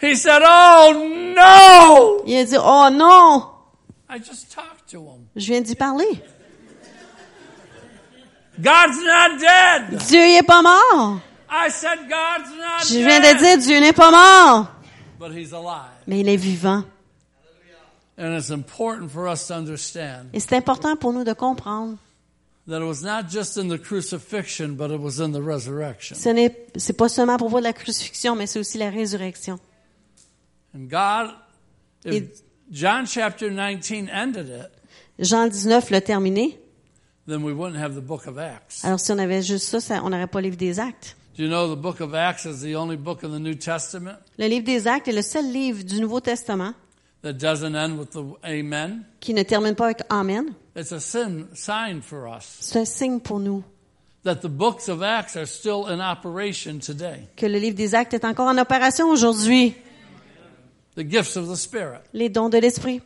Speaker 1: He said, Oh no!
Speaker 2: Il a dit, oh non,
Speaker 1: I just talked to him.
Speaker 2: je viens d'y parler.
Speaker 1: God's not dead!
Speaker 2: Dieu il est pas mort.
Speaker 1: I said, God's not
Speaker 2: Je viens
Speaker 1: dead!
Speaker 2: de dire, Dieu n'est pas mort.
Speaker 1: But he's alive.
Speaker 2: Mais il est vivant.
Speaker 1: And it's important for us to understand
Speaker 2: Et c'est important pour nous de comprendre.
Speaker 1: that it was not just in the crucifixion, but it was in the resurrection.
Speaker 2: Ce n'est, c'est pas seulement à propos de la crucifixion, mais c'est aussi la résurrection.
Speaker 1: And God, if
Speaker 2: It-
Speaker 1: John chapter 19 ended it,
Speaker 2: Jean 19 l'a terminé.
Speaker 1: then we wouldn't have the book of Acts.
Speaker 2: Alors si on avait juste ça, ça- on n'aurait pas le livre des actes.
Speaker 1: Do you know the book of Acts is the only book in the New Testament
Speaker 2: Le livre des actes est le seul livre du Nouveau Testament
Speaker 1: that doesn't end with the amen?
Speaker 2: qui ne termine pas avec Amen.
Speaker 1: It's a sin, sign for us
Speaker 2: C'est un signe pour nous
Speaker 1: that the books of Acts are still in operation today.
Speaker 2: que le livre des actes est encore en opération aujourd'hui.
Speaker 1: The gifts of the Spirit.
Speaker 2: Les dons de l'Esprit.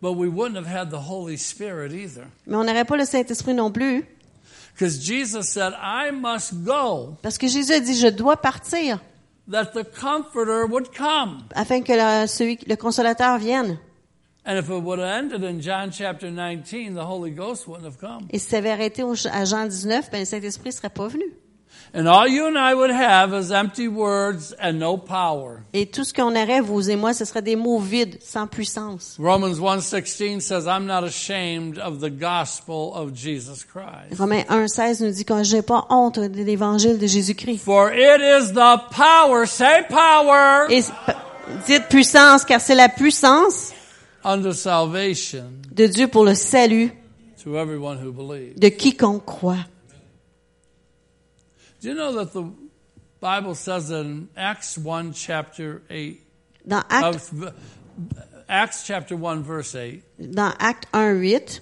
Speaker 1: But we wouldn't have had the Holy Spirit either.
Speaker 2: Mais on n'aurait pas le Saint-Esprit non plus.
Speaker 1: Because Jesus said, I must go
Speaker 2: Parce que Jésus a dit, je dois partir
Speaker 1: that the Comforter would come.
Speaker 2: afin que le, celui, le consolateur vienne.
Speaker 1: And if it would have ended in John chapter 19, the Holy Ghost wouldn't have come.
Speaker 2: Et si ça avait arrêté au- à Jean 19, ben, le Saint-Esprit serait pas venu.
Speaker 1: And all you and I would have is empty words and no power.
Speaker 2: Et tout ce qu'on aurait, vous et moi, ce serait des mots vides, sans puissance.
Speaker 1: Romans 1:16 says, "I'm not ashamed of the gospel of Jesus Christ,
Speaker 2: Romains 1,16 nous dit que j'ai pas honte de l'évangile de Jésus-Christ.
Speaker 1: for it is the power, say power,
Speaker 2: Et c'est- dites puissance, car c'est la puissance
Speaker 1: unto salvation
Speaker 2: de Dieu pour le salut
Speaker 1: to everyone who believes."
Speaker 2: de quiconque croit.
Speaker 1: Do you know that the Bible says in Acts 1 chapter 8
Speaker 2: Dans
Speaker 1: Ah,
Speaker 2: Acte,
Speaker 1: of- Acts chapter 1 verse 8,
Speaker 2: dans Acte 1, 8,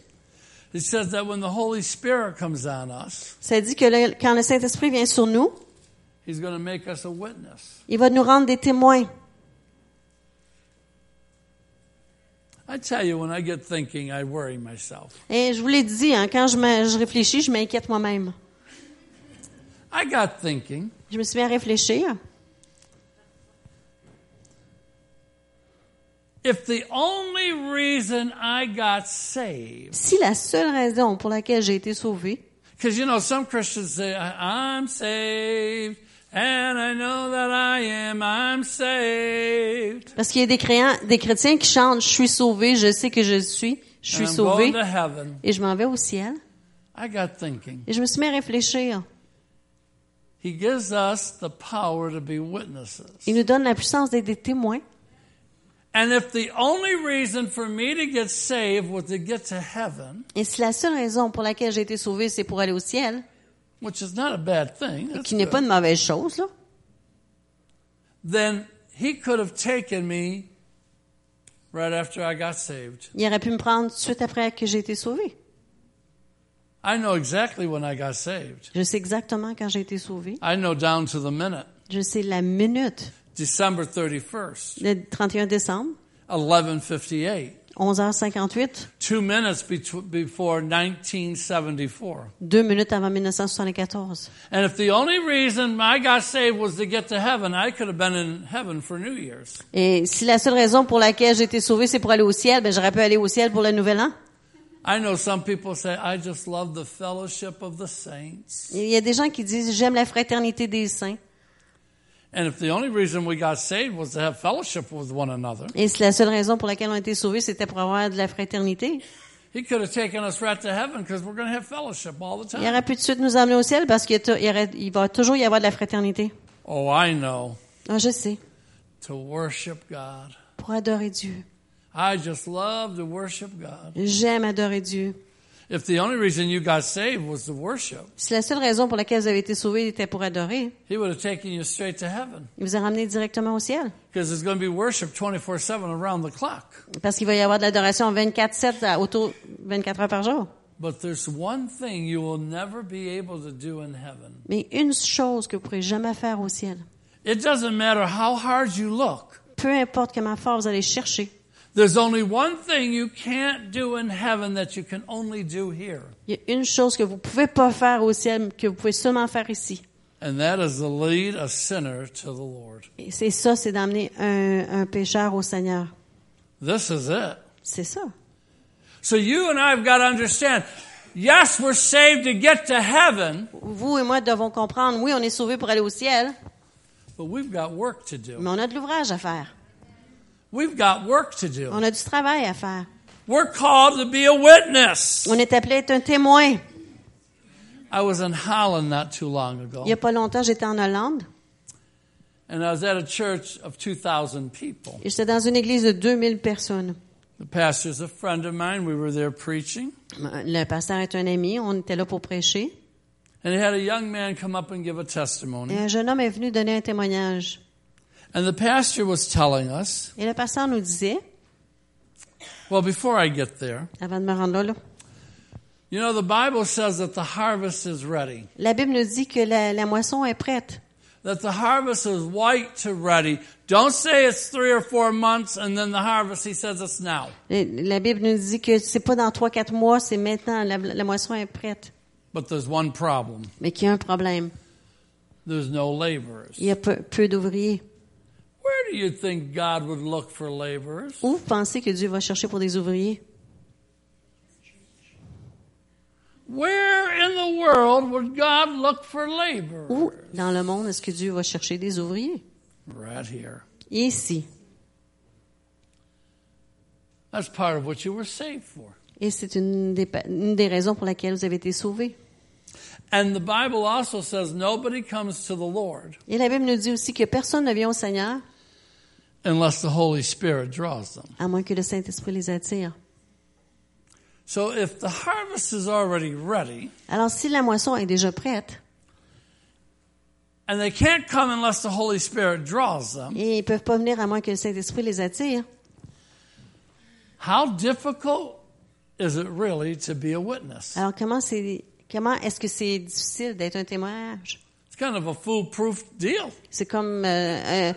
Speaker 1: it says that when the Holy Spirit comes on us,
Speaker 2: ça dit que le- quand le Saint-Esprit vient sur nous,
Speaker 1: he's going to make us a witness.
Speaker 2: il va nous rendre des témoins.
Speaker 1: I tell you when I get thinking, I worry myself.
Speaker 2: Et je vous l'ai dit, hein, quand je, me- je réfléchis, je m'inquiète moi-même.
Speaker 1: I got thinking.
Speaker 2: Je me suis bien réfléchir.
Speaker 1: If the only reason I got saved,
Speaker 2: Si la seule raison pour laquelle j'ai été sauvée,
Speaker 1: because you know, some Christians say, "I- I'm saved, and I know that I am, I'm saved.
Speaker 2: parce qu'il y a des, créants, des chrétiens qui chantent « Je suis sauvé, je sais que je suis, je
Speaker 1: and
Speaker 2: suis
Speaker 1: I'm
Speaker 2: sauvé
Speaker 1: going to heaven.
Speaker 2: et je m'en vais au ciel.
Speaker 1: I got thinking. »
Speaker 2: Et je me suis mis à réfléchir.
Speaker 1: He gives us the power to be witnesses.
Speaker 2: Il nous donne la puissance d'être des témoins.
Speaker 1: And if the only reason for me to get saved was to get to heaven,
Speaker 2: Et si la seule raison pour laquelle j'ai été sauvée, c'est pour aller au ciel,
Speaker 1: which is not a bad thing, that's
Speaker 2: qui n'est
Speaker 1: good,
Speaker 2: pas une mauvaise chose, là,
Speaker 1: then he could have taken me right after I got saved.
Speaker 2: il aurait pu me prendre tout de suite après que j'ai été sauvée.
Speaker 1: I know exactly when I got saved.
Speaker 2: Je sais exactement quand j'ai été sauvée.
Speaker 1: I know down to the minute.
Speaker 2: Je sais la minute,
Speaker 1: December 31st,
Speaker 2: le 31 décembre,
Speaker 1: 1158.
Speaker 2: 11h58,
Speaker 1: Two minutes betw before 1974.
Speaker 2: deux minutes avant 1974.
Speaker 1: And if the only reason I got saved was to get to heaven, I could have been in heaven for New Year's.
Speaker 2: Et si la seule raison pour laquelle j'ai été sauvée, c'est pour aller au ciel, ben j'aurais pu aller au ciel pour le nouvel an.
Speaker 1: I know some people say, I just love the fellowship of the saints.
Speaker 2: Il y a des gens qui disent j'aime la fraternité des saints.
Speaker 1: And if the only reason we got saved was to have fellowship with one another,
Speaker 2: Et c'est la seule raison pour laquelle on a été sauvés, c'était pour avoir de la fraternité.
Speaker 1: He could have taken us right to heaven because we're going to have fellowship all the
Speaker 2: Il
Speaker 1: time.
Speaker 2: aurait pu tout de suite nous emmener au ciel parce qu'il y a tou- il y aurait- il va toujours y avoir de la fraternité.
Speaker 1: Oh, I know.
Speaker 2: Ah, je sais.
Speaker 1: To worship God.
Speaker 2: Pour adorer Dieu.
Speaker 1: I just love to worship God.
Speaker 2: J'aime adorer Dieu.
Speaker 1: If the only reason you got saved was to worship,
Speaker 2: Si la seule raison pour laquelle vous avez été sauvés était pour adorer,
Speaker 1: He would have taken you straight to heaven
Speaker 2: il vous a ramené directement au ciel.
Speaker 1: because there's going to be worship 24 7 around the clock.
Speaker 2: Parce qu'il va y avoir de l'adoration 24-7 à- autour 24 heures par jour.
Speaker 1: But there's one thing you will never be able to do in heaven.
Speaker 2: Mais une chose que vous pourrez jamais faire au ciel,
Speaker 1: It doesn't matter how hard you look,
Speaker 2: peu importe comment fort vous allez chercher,
Speaker 1: there's only one thing you can't do in heaven that you can only do here,
Speaker 2: il y a une chose que vous pouvez pas faire au ciel, que vous pouvez seulement faire ici.
Speaker 1: and that is to lead a sinner to the Lord.
Speaker 2: Et c'est ça, c'est d'amener un, un pécheur au Seigneur.
Speaker 1: This is it.
Speaker 2: C'est ça.
Speaker 1: So you and I have got to understand. Yes, we're saved to get to heaven,
Speaker 2: Vous et moi devons comprendre, oui, on est sauvés pour aller au ciel,
Speaker 1: but we've got work to do.
Speaker 2: mais on a de l'ouvrage à faire.
Speaker 1: We've got work to do.
Speaker 2: On a du travail à faire.
Speaker 1: We're called to be a witness.
Speaker 2: On est appelé à être un témoin.
Speaker 1: I was in Holland not too long
Speaker 2: Il
Speaker 1: ago,
Speaker 2: n'y a pas longtemps, j'étais en Hollande
Speaker 1: and I was at a church of 2,000 people.
Speaker 2: et j'étais dans une église de 2000 personnes.
Speaker 1: The pastor's a friend of mine. We were there preaching,
Speaker 2: Le pasteur est un ami, on était là pour prêcher.
Speaker 1: and he had a young man come up and give a
Speaker 2: Et
Speaker 1: testimony.
Speaker 2: un jeune homme est venu donner un témoignage.
Speaker 1: And the pastor was telling us,
Speaker 2: Et le pasteur nous disait,
Speaker 1: well, before I get there,
Speaker 2: avant de me rendre là, là,
Speaker 1: you know, the Bible says that the harvest is ready.
Speaker 2: la Bible nous dit que la, la moisson est prête.
Speaker 1: that the harvest is white to ready. Don't say it's three or four months and then the harvest, he says it's now.
Speaker 2: Et La Bible nous dit que c'est pas dans trois, quatre mois, c'est maintenant. La, la moisson est prête.
Speaker 1: But there's one problem.
Speaker 2: Mais qu'il y a un problème.
Speaker 1: There's no laborers.
Speaker 2: Il y a peu, peu d'ouvriers.
Speaker 1: Where do you think God would look for laborers?
Speaker 2: Où vous pensez que Dieu va chercher pour des ouvriers?
Speaker 1: Where in the world would God look for laborers?
Speaker 2: Où dans le monde est-ce que Dieu va chercher des ouvriers?
Speaker 1: Right here.
Speaker 2: Ici.
Speaker 1: That's part of what you were saved for.
Speaker 2: Et c'est une des, pa- une des raisons pour laquelle vous avez été sauvés.
Speaker 1: And the Bible also says nobody comes to the Lord
Speaker 2: Et la Bible nous dit aussi que personne ne vient au Seigneur
Speaker 1: unless the Holy Spirit draws them.
Speaker 2: à moins que le Saint-Esprit les attire.
Speaker 1: So if the harvest is already ready,
Speaker 2: Alors si la moisson est déjà prête
Speaker 1: and they can't come unless the Holy Spirit draws them,
Speaker 2: et ils peuvent pas venir à moins que le Saint-Esprit les attire,
Speaker 1: How difficult is it really to be a witness?
Speaker 2: alors comment c'est comment est-ce que c'est difficile d'être un témoignage
Speaker 1: It's kind of a foolproof deal.
Speaker 2: C'est comme euh, euh,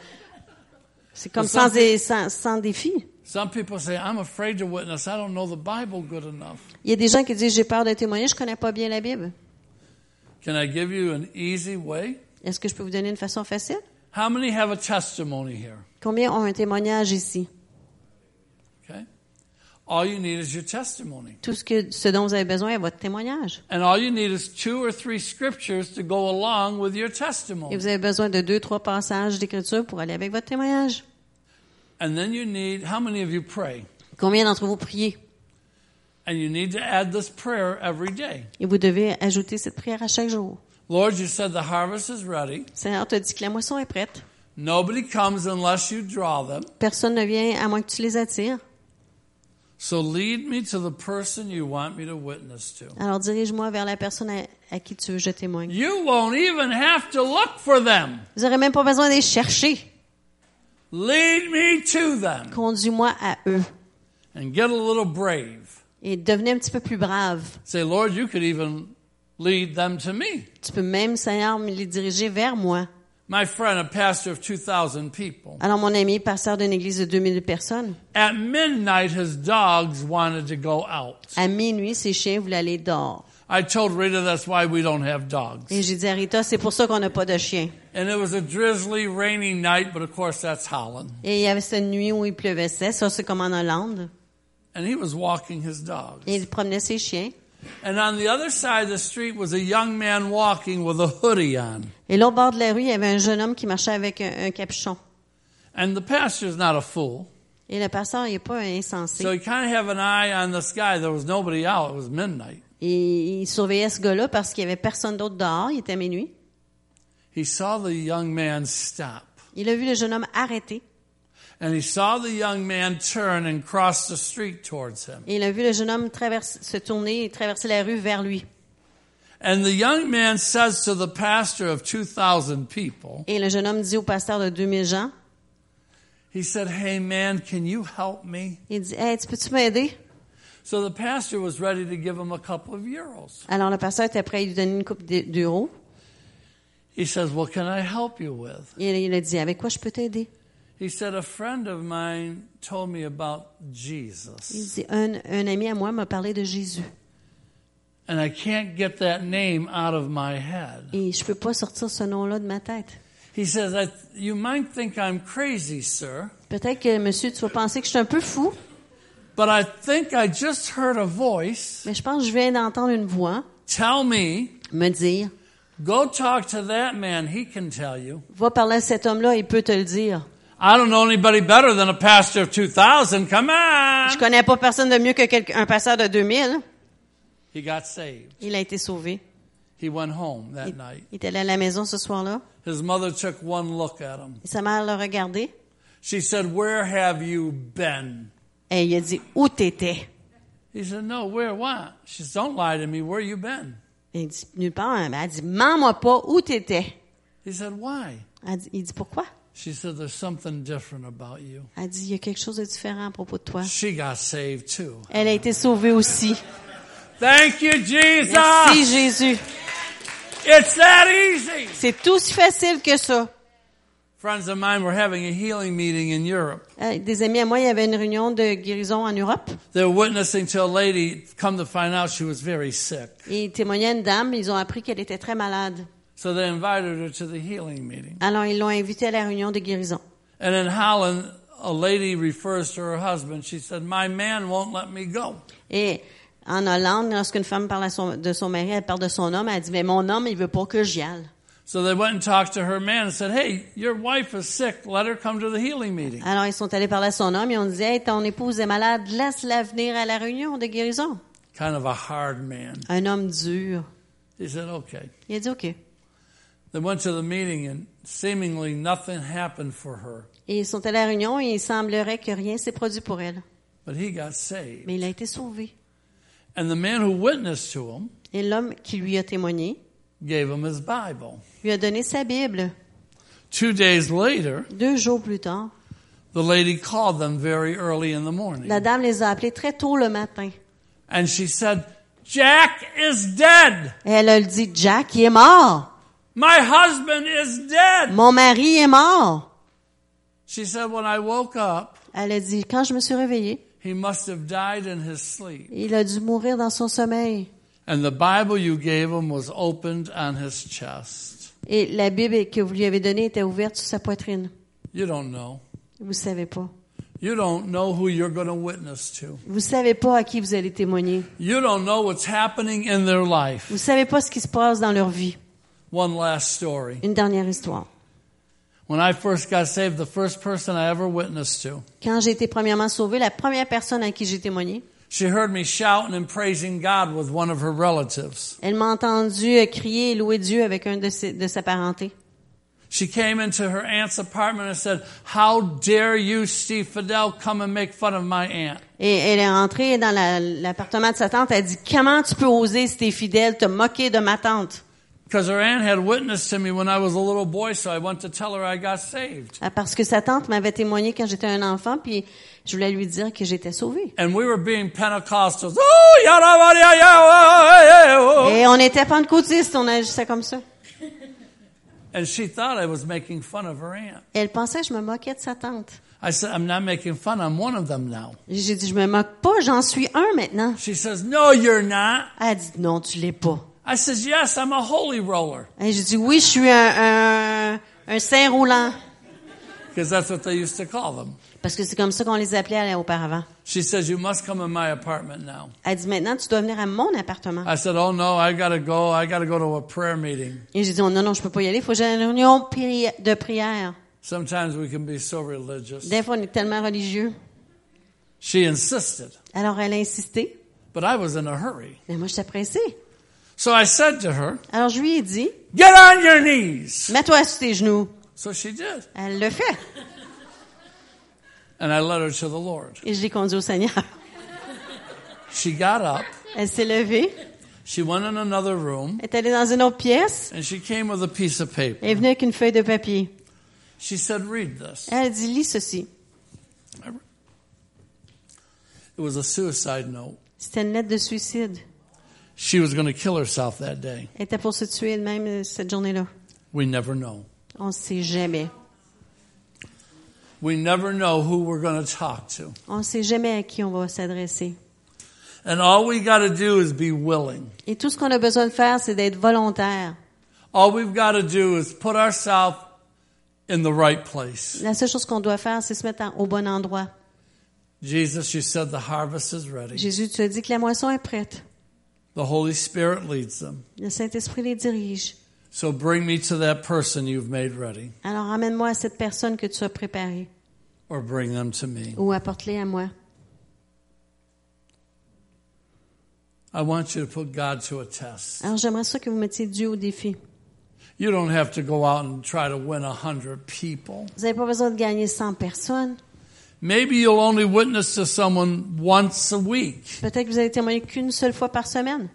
Speaker 2: c'est comme
Speaker 1: Le
Speaker 2: sans,
Speaker 1: Saint-Esprit-
Speaker 2: dé- sans sans défi.
Speaker 1: Some people say, I'm afraid to witness. I don't know the Bible good enough.
Speaker 2: Il y a des gens qui disent j'ai peur de témoigner, je connais pas bien la Bible.
Speaker 1: Can I give you an easy way?
Speaker 2: Est-ce que je peux vous donner une façon facile
Speaker 1: How many have a testimony here?
Speaker 2: Combien ont un témoignage ici
Speaker 1: Okay. All you need is your testimony.
Speaker 2: Tout ce que ce dont vous avez besoin est votre témoignage.
Speaker 1: And all you need is two or three scriptures to go along with your
Speaker 2: Et
Speaker 1: testimony.
Speaker 2: vous avez besoin de deux, trois passages d'écriture pour aller avec votre témoignage.
Speaker 1: And then you need, how many of you pray?
Speaker 2: Combien d'entre vous priez?
Speaker 1: And you need to add this prayer every day.
Speaker 2: Et vous devez ajouter cette prière à chaque jour.
Speaker 1: Lord, you said the harvest is ready.
Speaker 2: Seigneur te dit que la moisson est prête.
Speaker 1: Nobody comes unless you draw them.
Speaker 2: Personne ne vient à moins que tu les attires.
Speaker 1: So lead me to the person you want me to witness to.
Speaker 2: Alors dirige-moi vers la personne à, à qui tu veux que je témoigne.
Speaker 1: You won't even have to look for them.
Speaker 2: Vous n'aurez même pas besoin de les chercher.
Speaker 1: Lead me to them.
Speaker 2: Conduis-moi à eux.
Speaker 1: And get a little brave.
Speaker 2: Et devenez un petit peu plus brave.
Speaker 1: Say, Lord, you could even lead them to me.
Speaker 2: Tu peux même, Seigneur, me les diriger vers moi.
Speaker 1: My friend, a pastor of 2,000 people,
Speaker 2: Alors mon ami, pasteur d'une église de 2000 personnes,
Speaker 1: at midnight his dogs wanted to go out.
Speaker 2: à minuit, ses chiens voulaient aller dehors.
Speaker 1: I told Rita that's why we don't have dogs.
Speaker 2: Et j'ai dit à Rita, c'est pour ça qu'on n'a pas de chien.
Speaker 1: And it was a drizzly, rainy night, but of course that's Holland.
Speaker 2: Et il y avait cette nuit où il pleuvait sec, ça c'est comme en Hollande.
Speaker 1: And he was walking his dogs.
Speaker 2: Et il promenait ses chiens.
Speaker 1: And on the other side of the street was a young man walking with a hoodie on.
Speaker 2: Et là, au bord de la rue, il y avait un jeune homme qui marchait avec un, un capuchon.
Speaker 1: And the pastor's not a fool.
Speaker 2: Et le pasteur, il n'est pas
Speaker 1: So
Speaker 2: insensé.
Speaker 1: he kind of have an eye on this guy. There was nobody out. It was midnight.
Speaker 2: Et il surveillait ce gars-là parce qu'il y avait personne d'autre dehors. Il était minuit.
Speaker 1: He saw the young man stop.
Speaker 2: Il a vu le jeune homme arrêté.
Speaker 1: And he saw the young man turn and cross the street towards him.
Speaker 2: Et il a vu le jeune homme traverse- se tourner et traverser la rue vers lui.
Speaker 1: And the young man says to the pastor of 2,000 people,
Speaker 2: Et le jeune homme dit au pasteur de 2000 gens,
Speaker 1: he said, Hey man, can you help me?
Speaker 2: il dit, hey, tu peux-tu m'aider?
Speaker 1: So the pastor was ready to give him a couple of euros.
Speaker 2: Alors le pasteur était prêt à lui donner une coupe d'e- d'euros.
Speaker 1: He says, What can I help you with?
Speaker 2: Et il a dit, avec quoi je peux t'aider?
Speaker 1: He said, A friend of mine told me about
Speaker 2: Il
Speaker 1: Jesus.
Speaker 2: dit, un, un ami à moi m'a parlé de Jésus.
Speaker 1: And I can't get that name out of my head.
Speaker 2: Et je peux pas sortir ce nom-là de ma tête.
Speaker 1: He says, I, You might think I'm crazy, sir,
Speaker 2: Peut-être que, monsieur, tu vas penser que je suis un peu fou,
Speaker 1: but I think I just heard a voice
Speaker 2: mais je pense que je viens d'entendre une voix
Speaker 1: tell me
Speaker 2: me dire,
Speaker 1: Go talk to that man. He can tell you.
Speaker 2: va parler à cet homme-là, il peut te le dire.
Speaker 1: I don't know anybody better than a pastor of 2,000. Come
Speaker 2: Je
Speaker 1: on.
Speaker 2: connais pas personne de mieux que quelqu'un- un pasteur de 2000.
Speaker 1: He got saved.
Speaker 2: Il a été sauvé.
Speaker 1: He went home that
Speaker 2: Il,
Speaker 1: night.
Speaker 2: il est allé à la maison ce soir-là.
Speaker 1: His mother took one look at him.
Speaker 2: Et sa mère l'a regardé.
Speaker 1: She said, Where have you been?
Speaker 2: Et il a dit, où t'étais?
Speaker 1: He said, No, where, what? She said, Don't lie to me. Where you been?
Speaker 2: Et Il dit, nulle part. Elle a dit, mens-moi pas, où t'étais?
Speaker 1: He said, Why?
Speaker 2: Elle dit- il dit, pourquoi?
Speaker 1: She said, There's something different about you.
Speaker 2: Elle dit, il y a quelque chose de différent à propos de toi.
Speaker 1: She got saved too.
Speaker 2: Elle a été sauvée aussi.
Speaker 1: Thank you, Jesus.
Speaker 2: Merci Jésus.
Speaker 1: It's that easy.
Speaker 2: C'est tout si facile que ça.
Speaker 1: Friends of mine were having a healing meeting in Europe.
Speaker 2: Euh, Des amis à moi, il y avait une réunion de guérison en Europe.
Speaker 1: They were witnessing to a lady, come to find out she was very sick.
Speaker 2: Et ils témoignaient à une dame, ils ont appris qu'elle était très malade.
Speaker 1: So they invited her to the healing meeting.
Speaker 2: Alors, ils l'ont invitée à la réunion de guérison.
Speaker 1: And in Holland, a lady refers to her husband. She said, My man won't let me go.
Speaker 2: Et en Hollande, lorsqu'une femme parle à son- de son mari, elle parle de son homme, elle dit, mais mon homme, il veut pas que j'y aille.
Speaker 1: So they went and talked to her man and said, Hey, your wife is sick. Let her come to the healing meeting.
Speaker 2: Alors, ils sont allés parler à son homme et on disait, hey, ton épouse est malade, laisse-la venir à la réunion de guérison.
Speaker 1: Kind of a hard man.
Speaker 2: Un homme dur.
Speaker 1: He said, Okay.
Speaker 2: Il a dit, OK.
Speaker 1: They went to the meeting and seemingly nothing happened for her.
Speaker 2: Et ils sont allés à la réunion et il semblerait que rien s'est produit pour elle.
Speaker 1: But he got saved.
Speaker 2: Mais il a été sauvé.
Speaker 1: And the man who witnessed to him
Speaker 2: Et l'homme qui lui a témoigné
Speaker 1: gave him his Bible.
Speaker 2: lui a donné sa Bible.
Speaker 1: Two days later,
Speaker 2: Deux jours plus tard,
Speaker 1: the lady called them very early in the morning.
Speaker 2: la dame les a appelés très tôt le matin.
Speaker 1: And she said, Jack is dead.
Speaker 2: Et elle a dit, Jack, il est mort.
Speaker 1: My husband is dead.
Speaker 2: Mon mari est mort.
Speaker 1: She said, When I woke up,
Speaker 2: Elle a dit, quand je me suis réveillée,
Speaker 1: he must have died in his sleep.
Speaker 2: il a dû mourir dans son sommeil.
Speaker 1: And the Bible you gave him was opened on his chest.
Speaker 2: Et la Bible que vous lui avez donnée était ouverte sur sa poitrine.
Speaker 1: You don't know.
Speaker 2: Vous savez pas.
Speaker 1: You don't know who you're going to witness to.
Speaker 2: Vous savez pas à qui vous allez témoigner.
Speaker 1: You don't know what's happening in their life.
Speaker 2: Vous savez pas ce qui se passe dans leur vie.
Speaker 1: One last story.
Speaker 2: Une dernière histoire.
Speaker 1: When I first got saved, the first person I ever witnessed to,
Speaker 2: Quand j'ai été premièrement sauvée, la première personne à qui j'ai témoigné,
Speaker 1: she heard me shouting and praising God with one of her relatives.
Speaker 2: elle m'a entendu euh, crier et louer Dieu avec un de, ses- de sa parenté.
Speaker 1: She came into her aunt's apartment and said, How dare you, Steve Fidel, come and make fun of my aunt?
Speaker 2: Et elle est rentrée dans la- l'appartement de sa tante. Elle dit, comment tu peux oser, si t'es fidèle, te moquer de ma tante?
Speaker 1: Because her aunt had witnessed to me when I was a little boy, so I went to tell her I got saved.
Speaker 2: Ah, Parce que sa tante m'avait témoigné quand j'étais un enfant, puis je voulais lui dire que j'étais sauvée.
Speaker 1: And we were being Pentecostals. Oh, yada, yada, yada, yada, oh, oh.
Speaker 2: Et on était pentecôtistes, on agissait comme ça.
Speaker 1: And she thought I was making fun of her aunt.
Speaker 2: Elle pensait que je me moquais de sa tante.
Speaker 1: I said, I'm not making fun. I'm one of them now.
Speaker 2: J'ai dit, je me moque pas, j'en suis un maintenant.
Speaker 1: She says, No, you're not.
Speaker 2: Elle a dit, non, tu l'es pas.
Speaker 1: I says, Yes, I'm a holy roller.
Speaker 2: Et j'ai dit, oui, je suis un, un, un saint roulant.
Speaker 1: because that's what they used to call them.
Speaker 2: Parce que c'est comme ça qu'on les appelait euh, auparavant.
Speaker 1: She says, You must come in my apartment now.
Speaker 2: Elle dit maintenant, tu dois venir à mon appartement.
Speaker 1: I said, Oh no, I gotta go. I gotta go to a prayer meeting.
Speaker 2: Et j'ai dit, oh, non, non, je peux pas y aller. Il faut que j'aille à une réunion pri- de prière.
Speaker 1: Sometimes we can be so religious.
Speaker 2: Des fois, on est tellement religieux.
Speaker 1: She insisted,
Speaker 2: Alors, elle a insisté.
Speaker 1: but I was in a hurry.
Speaker 2: Mais moi, j'étais pressée.
Speaker 1: So I said to her,
Speaker 2: Alors, je lui ai dit,
Speaker 1: Get on your knees.
Speaker 2: mets-toi sur tes genoux.
Speaker 1: So she did.
Speaker 2: Elle le fait.
Speaker 1: And I led her to the Lord.
Speaker 2: Et je l'ai conduit au Seigneur.
Speaker 1: She got up,
Speaker 2: Elle s'est levée.
Speaker 1: she went in another room,
Speaker 2: Elle est allée dans une autre pièce.
Speaker 1: and she came with a piece of paper.
Speaker 2: Elle est venue avec une feuille de papier.
Speaker 1: She said, Read this.
Speaker 2: Elle a dit, lis ceci.
Speaker 1: It was a suicide note.
Speaker 2: C'était une lettre de suicide.
Speaker 1: She was going to kill herself that day.
Speaker 2: Elle était pour se tuer elle-même euh, cette journée-là.
Speaker 1: We never know.
Speaker 2: On ne sait jamais.
Speaker 1: We never know who we're going to talk to.
Speaker 2: On ne sait jamais à qui on va s'adresser.
Speaker 1: And all we got to do is be willing.
Speaker 2: Et tout ce qu'on a besoin de faire, c'est d'être volontaire.
Speaker 1: All we've got to do is put ourselves in the right place.
Speaker 2: La seule chose qu'on doit faire, c'est se mettre en- au bon endroit.
Speaker 1: Jesus, you said the harvest is ready.
Speaker 2: Jésus, tu as dit que la moisson est prête.
Speaker 1: The Holy Spirit leads them.
Speaker 2: Le Saint-Esprit les dirige.
Speaker 1: So bring me to that person you've made ready,
Speaker 2: Alors emmène-moi à cette personne que tu as préparée
Speaker 1: or bring them to me.
Speaker 2: ou apporte-les à moi.
Speaker 1: I want you to put God to a test.
Speaker 2: Alors j'aimerais ça que vous mettiez Dieu au défi.
Speaker 1: You don't have to go out and try to win a hundred people.
Speaker 2: Vous n'avez pas besoin de gagner 100 personnes.
Speaker 1: Maybe you'll only witness to someone once a week.
Speaker 2: Peut-être que vous allez témoigner qu'une seule fois par semaine.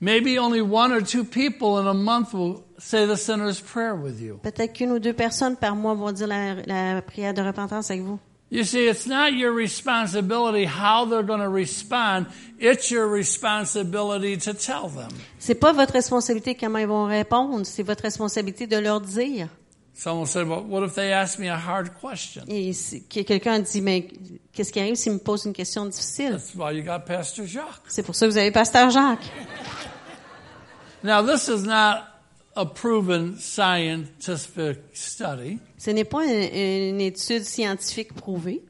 Speaker 1: Maybe only one or two people in a month will say the sinner's prayer with you.
Speaker 2: Peut-être qu'une ou deux personnes par mois vont dire la, la prière de repentance avec vous.
Speaker 1: You see, it's not your responsibility how they're going to respond. It's your responsibility to tell them.
Speaker 2: C'est pas votre responsabilité comment ils vont répondre, c'est votre responsabilité de leur dire.
Speaker 1: Someone said, well, what if they ask me a hard question?
Speaker 2: Et si que quelqu'un dit, mais qu'est-ce qui arrive s'il me pose une question difficile?
Speaker 1: That's why you got Pastor Jacques.
Speaker 2: C'est pour ça que vous avez Pasteur Jacques.
Speaker 1: Now, this is not a proven scientific study.
Speaker 2: Ce n'est pas une, une étude scientifique prouvée,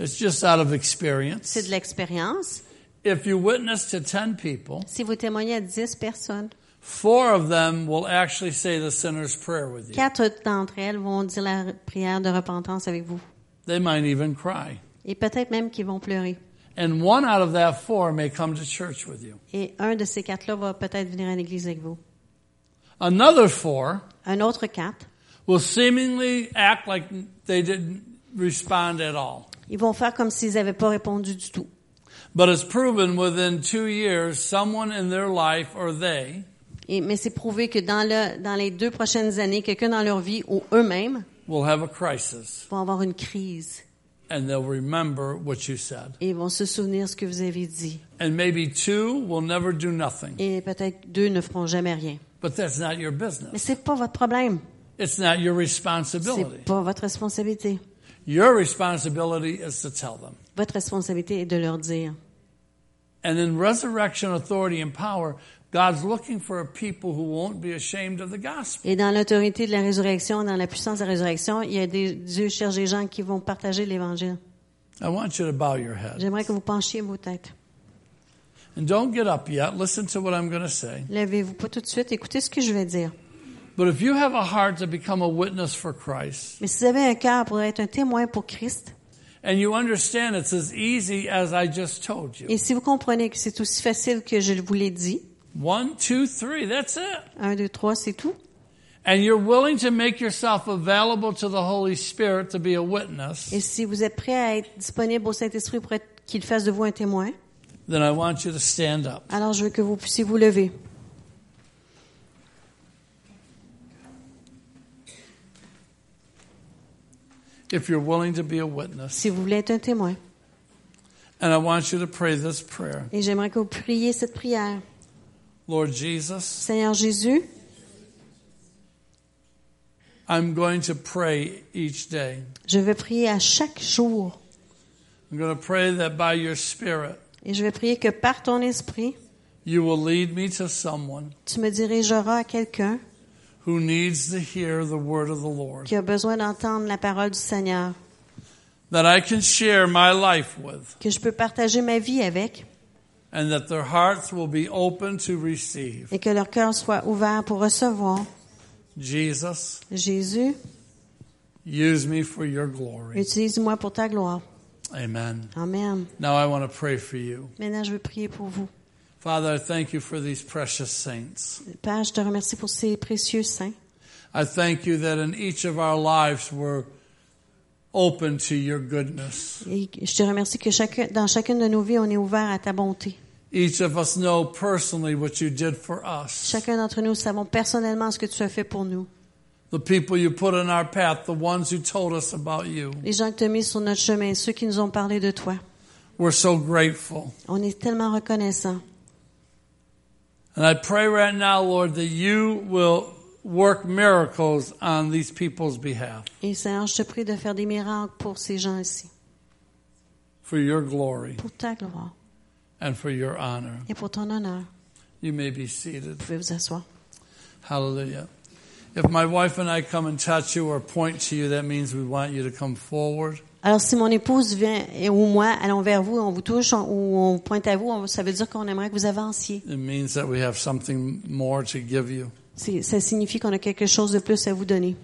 Speaker 1: It's just out of experience.
Speaker 2: c'est de l'expérience.
Speaker 1: If you witness to 10 people,
Speaker 2: Si vous témoignez à 10 personnes,
Speaker 1: four of them will actually say the sinner's prayer with you.
Speaker 2: quatre d'entre elles vont dire la prière de repentance avec vous.
Speaker 1: They might even cry.
Speaker 2: Et peut-être même qu'ils vont pleurer.
Speaker 1: And one out of that four may come to church with you.
Speaker 2: Et un de ces quatre-là va peut-être venir à l'église avec vous.
Speaker 1: Another four
Speaker 2: Un autre quatre,
Speaker 1: will seemingly act like they didn't respond at all.
Speaker 2: ils vont faire comme s'ils n'avaient pas répondu du tout.
Speaker 1: But it's proven within two years, someone in their life or they
Speaker 2: Et, mais c'est prouvé que dans, le, dans les deux prochaines années, quelqu'un dans leur vie ou eux-mêmes
Speaker 1: will have a crisis
Speaker 2: vont avoir une crise
Speaker 1: and they'll remember what you said.
Speaker 2: et vont se souvenir ce que vous avez dit.
Speaker 1: And maybe two will never do nothing.
Speaker 2: Et peut-être deux ne feront jamais rien.
Speaker 1: But that's not your
Speaker 2: Mais
Speaker 1: business.
Speaker 2: c'est pas votre problème.
Speaker 1: It's not your
Speaker 2: C'est
Speaker 1: responsibility.
Speaker 2: pas votre responsabilité.
Speaker 1: Your responsibility is to tell them.
Speaker 2: Votre responsabilité est de leur dire.
Speaker 1: And in resurrection authority and power, God's looking for a people who won't be ashamed of the gospel.
Speaker 2: Et dans l'autorité de la résurrection, dans la puissance de la résurrection, il y a des, Dieu cherche des gens qui vont partager l'évangile.
Speaker 1: I want you to bow your head.
Speaker 2: J'aimerais que vous penchiez vos têtes.
Speaker 1: And don't get up yet. Listen to what I'm going to say.
Speaker 2: Levez-vous pas tout de suite. Écoutez ce que je vais dire.
Speaker 1: But if you have a heart to become a witness for Christ,
Speaker 2: Mais si vous avez un cœur pour être un témoin pour Christ,
Speaker 1: and you understand it's as easy as I just told you
Speaker 2: et si vous comprenez que c'est aussi facile que je vous l'ai dit,
Speaker 1: one, two, three, that's it.
Speaker 2: un, deux, trois, c'est tout.
Speaker 1: And you're willing to make yourself available to the Holy Spirit to be a witness,
Speaker 2: Et si vous êtes prêt à être disponible au Saint-Esprit pour être- qu'il fasse de vous un témoin,
Speaker 1: then I want you to stand up.
Speaker 2: alors je veux que vous puissiez vous lever.
Speaker 1: If you're willing to be a witness,
Speaker 2: Si vous voulez être un témoin.
Speaker 1: and I want you to pray this prayer
Speaker 2: Et j'aimerais que vous priez cette prière.
Speaker 1: Lord Jesus,
Speaker 2: Seigneur Jésus,
Speaker 1: I'm going to pray each day.
Speaker 2: je vais prier à chaque jour.
Speaker 1: I'm going to pray that by your Spirit,
Speaker 2: Et je vais prier que par ton esprit,
Speaker 1: you will lead me to someone
Speaker 2: tu me dirigeras à quelqu'un
Speaker 1: who needs to hear the word of the Lord
Speaker 2: qui a besoin d'entendre la parole du Seigneur,
Speaker 1: that I can share my life with,
Speaker 2: que je peux partager ma vie avec
Speaker 1: and that their hearts will be open to receive.
Speaker 2: et que leur cœur soit ouvert pour recevoir.
Speaker 1: Jesus,
Speaker 2: Jésus,
Speaker 1: use me for your glory.
Speaker 2: utilise-moi pour ta gloire.
Speaker 1: Amen.
Speaker 2: Amen.
Speaker 1: Now I want to pray for you.
Speaker 2: Maintenant, je veux prier pour vous.
Speaker 1: Father, I thank you for these precious saints.
Speaker 2: Père, je te remercie pour ces précieux saints.
Speaker 1: I thank you that in each of our lives we're open to your goodness.
Speaker 2: Et je te remercie que chacun, dans chacune de nos vies, on est ouvert à ta bonté.
Speaker 1: Each of us know personally what you did for us.
Speaker 2: Chacun d'entre nous savons personnellement ce que tu as fait pour nous.
Speaker 1: The people you put in our path, the ones who told us about you.
Speaker 2: Les gens que tu as mis sur notre chemin, ceux qui nous ont parlé de toi.
Speaker 1: We're so grateful.
Speaker 2: On est tellement reconnaissants.
Speaker 1: And I pray right now, Lord, that you will work miracles on these people's behalf
Speaker 2: Et Seigneur, je te prie de faire des miracles pour ces gens ici,
Speaker 1: for your glory
Speaker 2: pour ta gloire
Speaker 1: and for your honor.
Speaker 2: et pour ton honneur.
Speaker 1: You may be seated.
Speaker 2: Vous pouvez vous asseoir.
Speaker 1: Hallelujah. If my wife and I come and touch you or point to you, that means we want you to come forward.
Speaker 2: Alors, si mon épouse vient et- ou moi allons vers vous, on vous touche on- ou on pointe à vous, on- ça veut dire qu'on aimerait que vous avanciez.
Speaker 1: It means that we have something more to give you.
Speaker 2: C'est- Ça signifie qu'on a quelque chose de plus à vous donner.